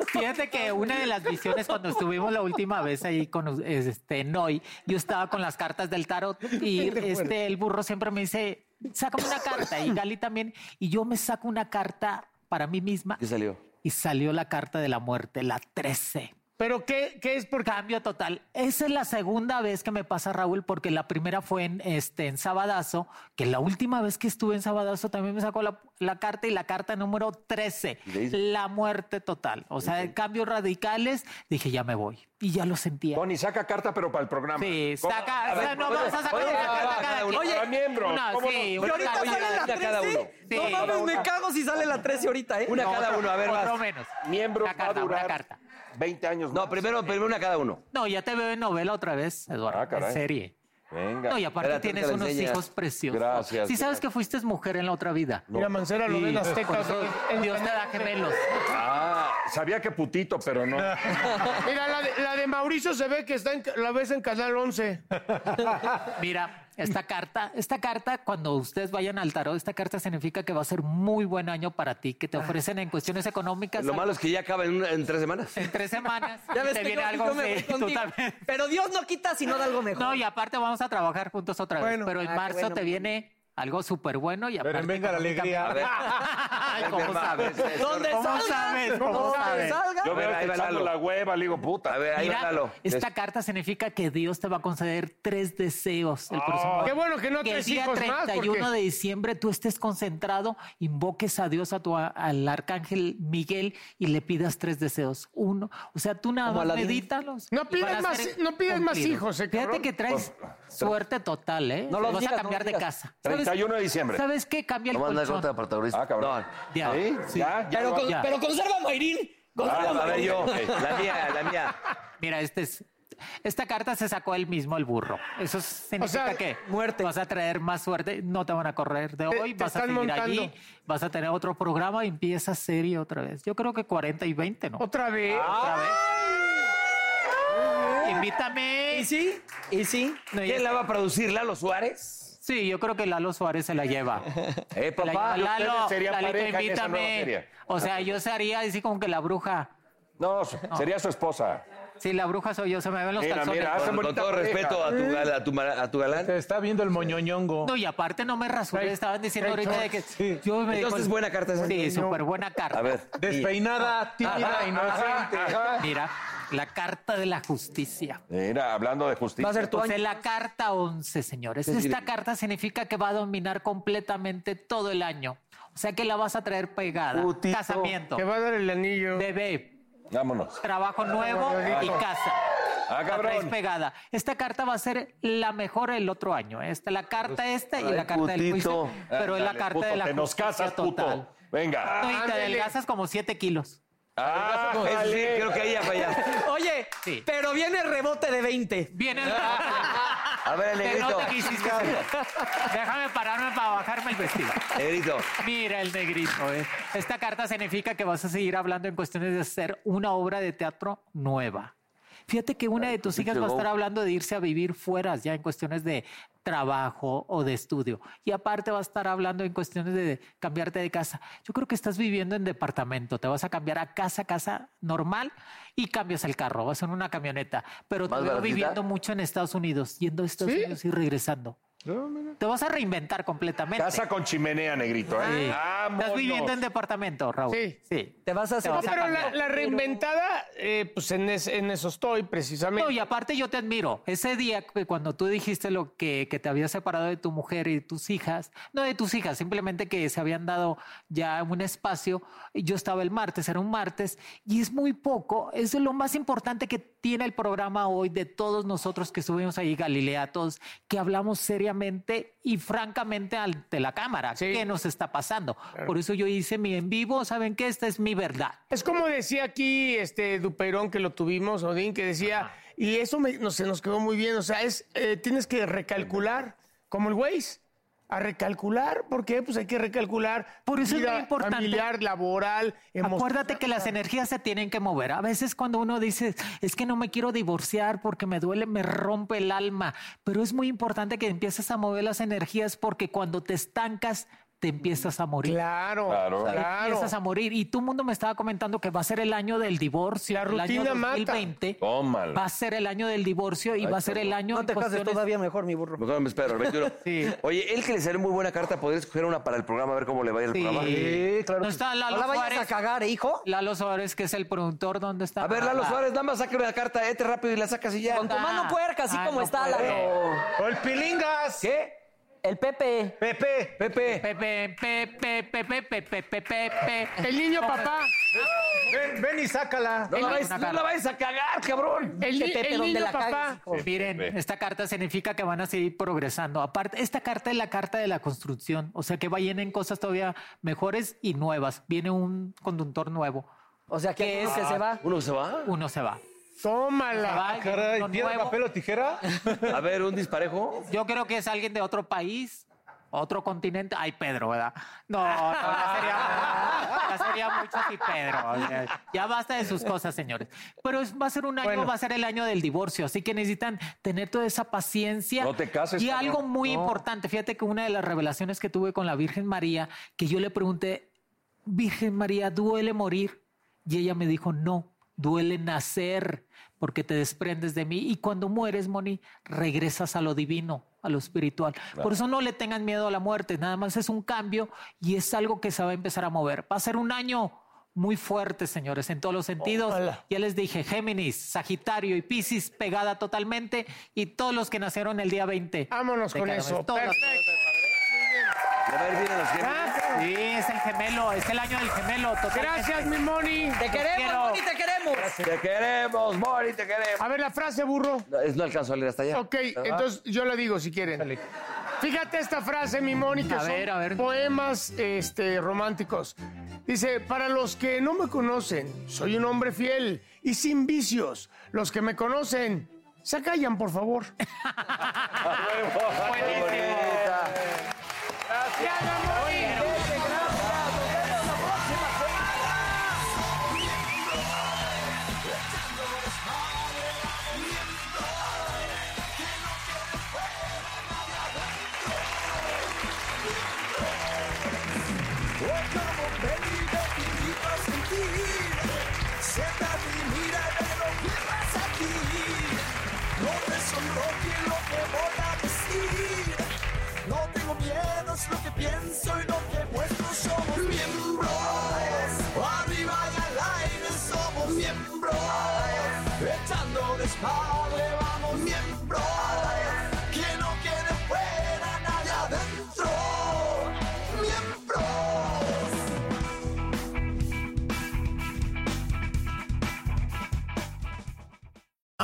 Speaker 12: Fíjate que una de las visiones cuando estuvimos la última vez ahí con us- este Noy, yo estaba con las cartas del tarot y este el burro siempre me dice, "Sácame una carta" y Gali también y yo me saco una carta para mí misma.
Speaker 2: ¿Qué salió?
Speaker 12: Y salió la carta de la muerte, la 13. ¿Pero qué, es por cambio total? Esa es la segunda vez que me pasa, Raúl, porque la primera fue en, este, en Sabadazo, que la última vez que estuve en Sabadazo también me sacó la, la carta y la carta número 13,
Speaker 2: ¿Y le hizo?
Speaker 12: la muerte total. O sea, cambios radicales, dije, ya me voy. Y ya lo sentía.
Speaker 10: Tony, saca carta, pero para el programa.
Speaker 12: Sí, saca, o sea, no vamos a sacar una carta cada quien.
Speaker 10: Oye, miembro.
Speaker 12: una,
Speaker 10: ¿cómo
Speaker 12: sí,
Speaker 10: no?
Speaker 12: una
Speaker 10: Ahorita
Speaker 12: cada
Speaker 10: sale
Speaker 12: quien.
Speaker 10: la cada uno.
Speaker 12: Sí.
Speaker 7: No mames, me cago si sale la 13 ahorita, ¿eh?
Speaker 2: Una cada uno, a ver,
Speaker 12: Otro
Speaker 2: vas.
Speaker 12: menos.
Speaker 2: Miembro
Speaker 12: Una carta, una carta.
Speaker 10: 20 años.
Speaker 2: No, primero, primero una cada uno.
Speaker 12: No, ya te veo en novela otra vez, Eduardo.
Speaker 2: caray.
Speaker 12: En serie.
Speaker 10: Venga.
Speaker 12: No, y aparte
Speaker 2: Espérate,
Speaker 12: tienes
Speaker 2: ahorita la
Speaker 12: unos
Speaker 2: enseñas.
Speaker 12: hijos preciosos.
Speaker 2: Gracias,
Speaker 12: Sí sabes
Speaker 2: gracias.
Speaker 12: que fuiste mujer en la otra vida.
Speaker 3: Mira, Mancera lo
Speaker 12: Sí,
Speaker 3: ve en
Speaker 12: por
Speaker 3: Aztecas.
Speaker 12: eso Dios te da gemelos.
Speaker 10: Ah, sabía que putito, pero no.
Speaker 3: Mira, la de, la de Mauricio se ve que está en, la ves en Canal 11.
Speaker 12: Mira, esta carta, esta carta, cuando ustedes vayan al tarot, esta carta significa que va a ser muy buen año para ti, que te ofrecen en cuestiones económicas.
Speaker 2: Lo malo es que ya acaba en, una- en tres semanas.
Speaker 12: En tres semanas.
Speaker 7: Ya ves
Speaker 12: te
Speaker 7: que
Speaker 12: viene
Speaker 7: yo-
Speaker 12: algo
Speaker 7: yo me voy
Speaker 12: sí, tú
Speaker 7: contigo.
Speaker 12: también.
Speaker 7: Pero Dios no quita si no da algo mejor.
Speaker 12: No, y aparte vamos a trabajar juntos otra vez.
Speaker 7: Bueno.
Speaker 12: pero en
Speaker 7: Ah, qué
Speaker 12: marzo
Speaker 7: bueno,
Speaker 12: te
Speaker 7: muy
Speaker 12: viene algo súper bueno y aparte...
Speaker 1: venga la alegría.
Speaker 12: ¿Cómo sabes? ¿Dónde
Speaker 1: ¿Cómo
Speaker 12: salga?
Speaker 1: sabes? ¿Cómo
Speaker 12: ¿Dónde
Speaker 1: sabes?
Speaker 12: salga?
Speaker 10: Yo veo que echando la hueva, le digo, puta. A ver,
Speaker 12: Mira, esta carta significa que Dios te va a conceder tres deseos. el
Speaker 10: Oh.
Speaker 12: próximo año.
Speaker 10: Qué bueno que no
Speaker 12: el
Speaker 10: tres
Speaker 12: día
Speaker 10: hijos más,
Speaker 12: 31
Speaker 10: porque-
Speaker 12: de diciembre tú estés concentrado, invoques a Dios, a tu, al arcángel Miguel y le pidas tres deseos. Uno, o sea, tú nada
Speaker 3: Como
Speaker 12: más
Speaker 3: Aladín.
Speaker 12: medítalos.
Speaker 3: No
Speaker 12: y
Speaker 3: pidas
Speaker 12: van a
Speaker 3: más-
Speaker 12: ser
Speaker 3: no pidas más
Speaker 12: cumplidos.
Speaker 3: hijos, eh,
Speaker 12: Fíjate
Speaker 3: cabrón.
Speaker 12: que traes suerte total, ¿eh?
Speaker 3: No lo
Speaker 12: Vas
Speaker 3: digas,
Speaker 12: a cambiar
Speaker 3: no lo
Speaker 12: de
Speaker 3: digas.
Speaker 12: casa.
Speaker 10: 31 de diciembre.
Speaker 12: ¿Sabes qué? Cambia el
Speaker 10: No mandas
Speaker 12: colchón.
Speaker 10: nota de protagonista. Ah, cabrón.
Speaker 12: Ya.
Speaker 10: ¿Sí? ¿Ya? ¿Ya?
Speaker 7: Pero, con-
Speaker 12: Ya.
Speaker 7: pero conserva a Mayrín.
Speaker 10: Ah, a ver, yo.
Speaker 7: La mía, la mía.
Speaker 12: Mira, este es. Esta carta se sacó él mismo, el burro. Eso significa que muerte. vas a traer más suerte, no te van a correr de
Speaker 3: Te-
Speaker 12: hoy,
Speaker 3: te
Speaker 12: vas a
Speaker 3: están
Speaker 12: seguir
Speaker 3: montando.
Speaker 12: allí, vas a tener otro programa y empieza serie otra vez. Yo creo que 40 y 20, ¿no?
Speaker 3: Otra vez.
Speaker 12: Otra vez. Invítame. ¿Y sí? ¿Y sí?
Speaker 2: ¿Quién la va a producir? ¿Lalo Suárez?
Speaker 12: Sí, yo creo que Lalo Suárez se la lleva.
Speaker 2: Eh,
Speaker 12: Se la
Speaker 2: papá,
Speaker 12: lleva
Speaker 2: ustedes
Speaker 12: Lalo,
Speaker 2: serían
Speaker 12: Lalito,
Speaker 2: pareja en esa nueva
Speaker 12: invítame.
Speaker 2: serie. Ah.
Speaker 12: O sea, yo sería así como que la bruja.
Speaker 10: No, sería su esposa.
Speaker 12: Sí, la bruja soy yo, se me ven los
Speaker 2: Mira,
Speaker 12: calzones. Mm.
Speaker 2: mira, hacen Con- con bonita todo pareja. respeto a tu gal- a tu
Speaker 13: a tu galán. Te está viendo el moñoñongo.
Speaker 12: No, y aparte no me rasuré,
Speaker 13: Trae-
Speaker 12: estaban diciendo
Speaker 13: trae
Speaker 12: ahorita de que...
Speaker 13: shorts.
Speaker 12: Yo me
Speaker 13: Entonces,
Speaker 12: con-
Speaker 13: buena carta esa.
Speaker 12: Sí,
Speaker 13: No.
Speaker 12: súper buena carta.
Speaker 13: A ver. Despeinada, tímida,
Speaker 12: Ajá,
Speaker 13: inocente.
Speaker 12: ajá. Mira, la carta de la justicia.
Speaker 10: Mira, hablando de justicia.
Speaker 12: O sea, la carta 11, señores.
Speaker 10: ¿Qué
Speaker 12: Esta
Speaker 10: significa?
Speaker 12: carta significa que va a dominar completamente todo el año. O sea, que la vas a traer pegada.
Speaker 3: Putito.
Speaker 12: Casamiento.
Speaker 3: Te va a dar el anillo.
Speaker 12: Bebé.
Speaker 10: Vámonos.
Speaker 12: Trabajo nuevo y
Speaker 10: Vámonos.
Speaker 12: casa.
Speaker 10: Ah,
Speaker 12: La
Speaker 10: cabrón.
Speaker 12: traes pegada. Esta carta va a ser la mejor el otro año. Esta, la carta esta y
Speaker 10: Pues, Ay,
Speaker 12: la carta del
Speaker 10: putito.
Speaker 12: juicio. Pero es la
Speaker 10: Ándale,
Speaker 12: carta
Speaker 10: puto,
Speaker 12: de la
Speaker 10: te nos
Speaker 12: justicia
Speaker 10: casas, puto.
Speaker 12: total.
Speaker 10: Venga.
Speaker 12: No, y te
Speaker 7: Ándale.
Speaker 12: adelgazas como 7 kilos.
Speaker 10: Ah,
Speaker 7: eso Pues sí,
Speaker 10: dale.
Speaker 7: creo que ahí ya fallaste. Oye, pero viene el rebote de 20.
Speaker 12: Viene el A
Speaker 7: ver,
Speaker 12: Pero no te quisiste hacer. Déjame pararme para bajarme el vestido.
Speaker 2: Negrito.
Speaker 12: Mira el negrito. eh. Esta carta significa que vas a seguir hablando en cuestiones de hacer una obra de teatro nueva. Fíjate que una de tus hijas va a estar hablando de irse a vivir fuera ya en cuestiones de trabajo o de estudio. Y aparte va a estar hablando en cuestiones de cambiarte de casa. Yo creo que estás viviendo en departamento. Te vas a cambiar a casa, casa normal y cambias el carro. Vas en una camioneta. Pero te
Speaker 13: ¿Más
Speaker 12: veo
Speaker 13: baratita?
Speaker 12: viviendo mucho en Estados Unidos, yendo a Estados Unidos y regresando. Te vas a reinventar completamente.
Speaker 10: Casa con chimenea, negrito. ¿eh?
Speaker 12: Sí.
Speaker 2: Ah,
Speaker 10: Vámonos.
Speaker 12: Estás viviendo en departamento, Raúl.
Speaker 3: Sí.
Speaker 12: Sí. Te vas a hacer.
Speaker 3: No, pero la, la reinventada, eh, pues en, es- en eso estoy precisamente.
Speaker 12: No, y aparte yo te admiro. Ese día que cuando tú dijiste lo que, que te habías separado de tu mujer y de tus hijas, no de tus hijas, simplemente que se habían dado ya un espacio, y yo estaba el martes, era un martes, y es muy poco, eso es lo más importante que tiene el programa hoy de todos nosotros que estuvimos ahí, Galilea, todos, que hablamos seriamente y francamente ante la cámara, qué nos está pasando. Por eso yo hice mi en vivo, ¿saben qué? Esta es mi verdad.
Speaker 3: Es como decía aquí este Duperón que lo tuvimos, Odín, que decía, y eso me- no, se nos quedó muy bien, o sea, es eh, tienes que recalcular, como el Waze, a recalcular, porque pues hay que recalcular. Por
Speaker 12: eso es muy importante.
Speaker 3: Familiar, laboral, emocional.
Speaker 12: Acuérdate que las energías se tienen que mover. A veces cuando uno dice, es que no me quiero divorciar porque me duele, me rompe el alma, pero es muy importante que empieces a mover las energías porque cuando te estancas te empiezas a morir.
Speaker 3: Claro,
Speaker 10: Claro.
Speaker 12: Te
Speaker 3: claro.
Speaker 12: Empiezas a morir. Y tú, mundo, me estaba comentando que va a ser el año del divorcio.
Speaker 3: La
Speaker 12: el año
Speaker 3: rutina mata.
Speaker 12: 2020
Speaker 10: Tómala.
Speaker 12: va a ser el año del divorcio y
Speaker 2: Ay,
Speaker 12: va a ser el
Speaker 2: cabrón.
Speaker 12: año.
Speaker 2: No
Speaker 12: en
Speaker 2: te cases
Speaker 12: cuestiones-
Speaker 2: todavía,
Speaker 7: mejor, mi burro.
Speaker 2: Mejor me espero, el 21.
Speaker 12: Sí.
Speaker 2: Oye, él que le salió muy buena carta, ¿podría escoger una para el programa? A ver cómo le va a ir el
Speaker 12: Sí.
Speaker 2: programa.
Speaker 12: No está Lalo
Speaker 7: No la vayas
Speaker 12: Suárez.
Speaker 7: a cagar, ¿eh, hijo.
Speaker 12: Lalo Suárez, que es el productor, ¿dónde está?
Speaker 2: A ver, Lalo
Speaker 12: Ah,
Speaker 2: Suárez, nada más saque una carta, este rápido y la sacas y ya.
Speaker 7: Con tu mano puerca, así
Speaker 12: Ay, Ah,
Speaker 7: como
Speaker 12: no
Speaker 7: está,
Speaker 12: puede.
Speaker 7: Lalo.
Speaker 12: O el Pilingas.
Speaker 2: ¿Qué?
Speaker 7: El Pepe.
Speaker 2: Pepe. Pepe.
Speaker 12: Pepe, Pepe, Pepe, Pepe, Pepe, Pepe.
Speaker 3: El niño papá.
Speaker 1: Ven, ven y sácala.
Speaker 2: No la vayas- no la vayas a cagar, cabrón.
Speaker 3: El, ni- el niño papá.
Speaker 12: Miren, esta carta significa que van a seguir progresando. Aparte, esta carta es la carta de la construcción, o sea que vienen cosas todavía mejores y nuevas. Viene un conductor nuevo.
Speaker 7: O sea, que es que se va.
Speaker 2: ¿Uno se va?
Speaker 12: Uno se va. Se va,
Speaker 3: Tómala.
Speaker 12: caray, uno ¿piedra, nuevo. papel
Speaker 3: o tijera?
Speaker 2: A ver, un disparejo.
Speaker 12: Yo creo que es alguien de otro país, otro continente. Ay, Pedro, ¿verdad? No, no, ya sería, ya sería mucho si Pedro. o sea, Ya basta de sus cosas, señores. Pero es- va a ser un año,
Speaker 9: Bueno.
Speaker 12: va a ser el año del divorcio, así que necesitan tener toda esa paciencia.
Speaker 10: No te cases,
Speaker 12: Y
Speaker 10: cabrón.
Speaker 12: algo muy
Speaker 10: No.
Speaker 12: importante, fíjate que una de las revelaciones que tuve con la Virgen María, que yo le pregunté, Virgen María, ¿duele morir? Y ella me dijo, no, duele nacer porque te desprendes de mí y cuando mueres, Moni, regresas a lo divino, a lo espiritual. Por eso no le tengan miedo a la muerte, nada más es un cambio y es algo que se va a empezar a mover. Va a ser un año muy fuerte, señores, en todos los sentidos. Ya les dije, Géminis, Sagitario y Piscis pegada totalmente y todos los que nacieron el día 20. Vámonos
Speaker 3: con eso,
Speaker 4: Pues
Speaker 2: A ver, vienen los
Speaker 3: Ah,
Speaker 2: Géminis.
Speaker 12: Sí, es el gemelo, es el año del gemelo. Totalmente.
Speaker 3: Gracias, mi Moni.
Speaker 7: Te queremos, Moni, te queremos.
Speaker 2: Te queremos, Mori, te queremos.
Speaker 3: A ver, la frase, burro.
Speaker 2: No, es, no alcanzó a leer hasta allá.
Speaker 3: Ok,
Speaker 2: ¿Verdad?
Speaker 3: entonces yo la digo si quieren. Fíjate esta frase, mi Mónica.
Speaker 12: A ver, a ver.
Speaker 3: Poemas este, románticos. Dice: Para los que no me conocen, soy un hombre fiel y sin vicios. Los que me conocen, se callan, por favor.
Speaker 11: Siéntate y mira de lo que pasa aquí. No te sonroje lo que voy a decir. No tengo miedo, es lo que pienso y lo que muestro. Somos miembros. Arriba y al aire somos miembros. Echando desmadre vamos miembros. Quien no quiere fuera, nadie adentro. Miembros.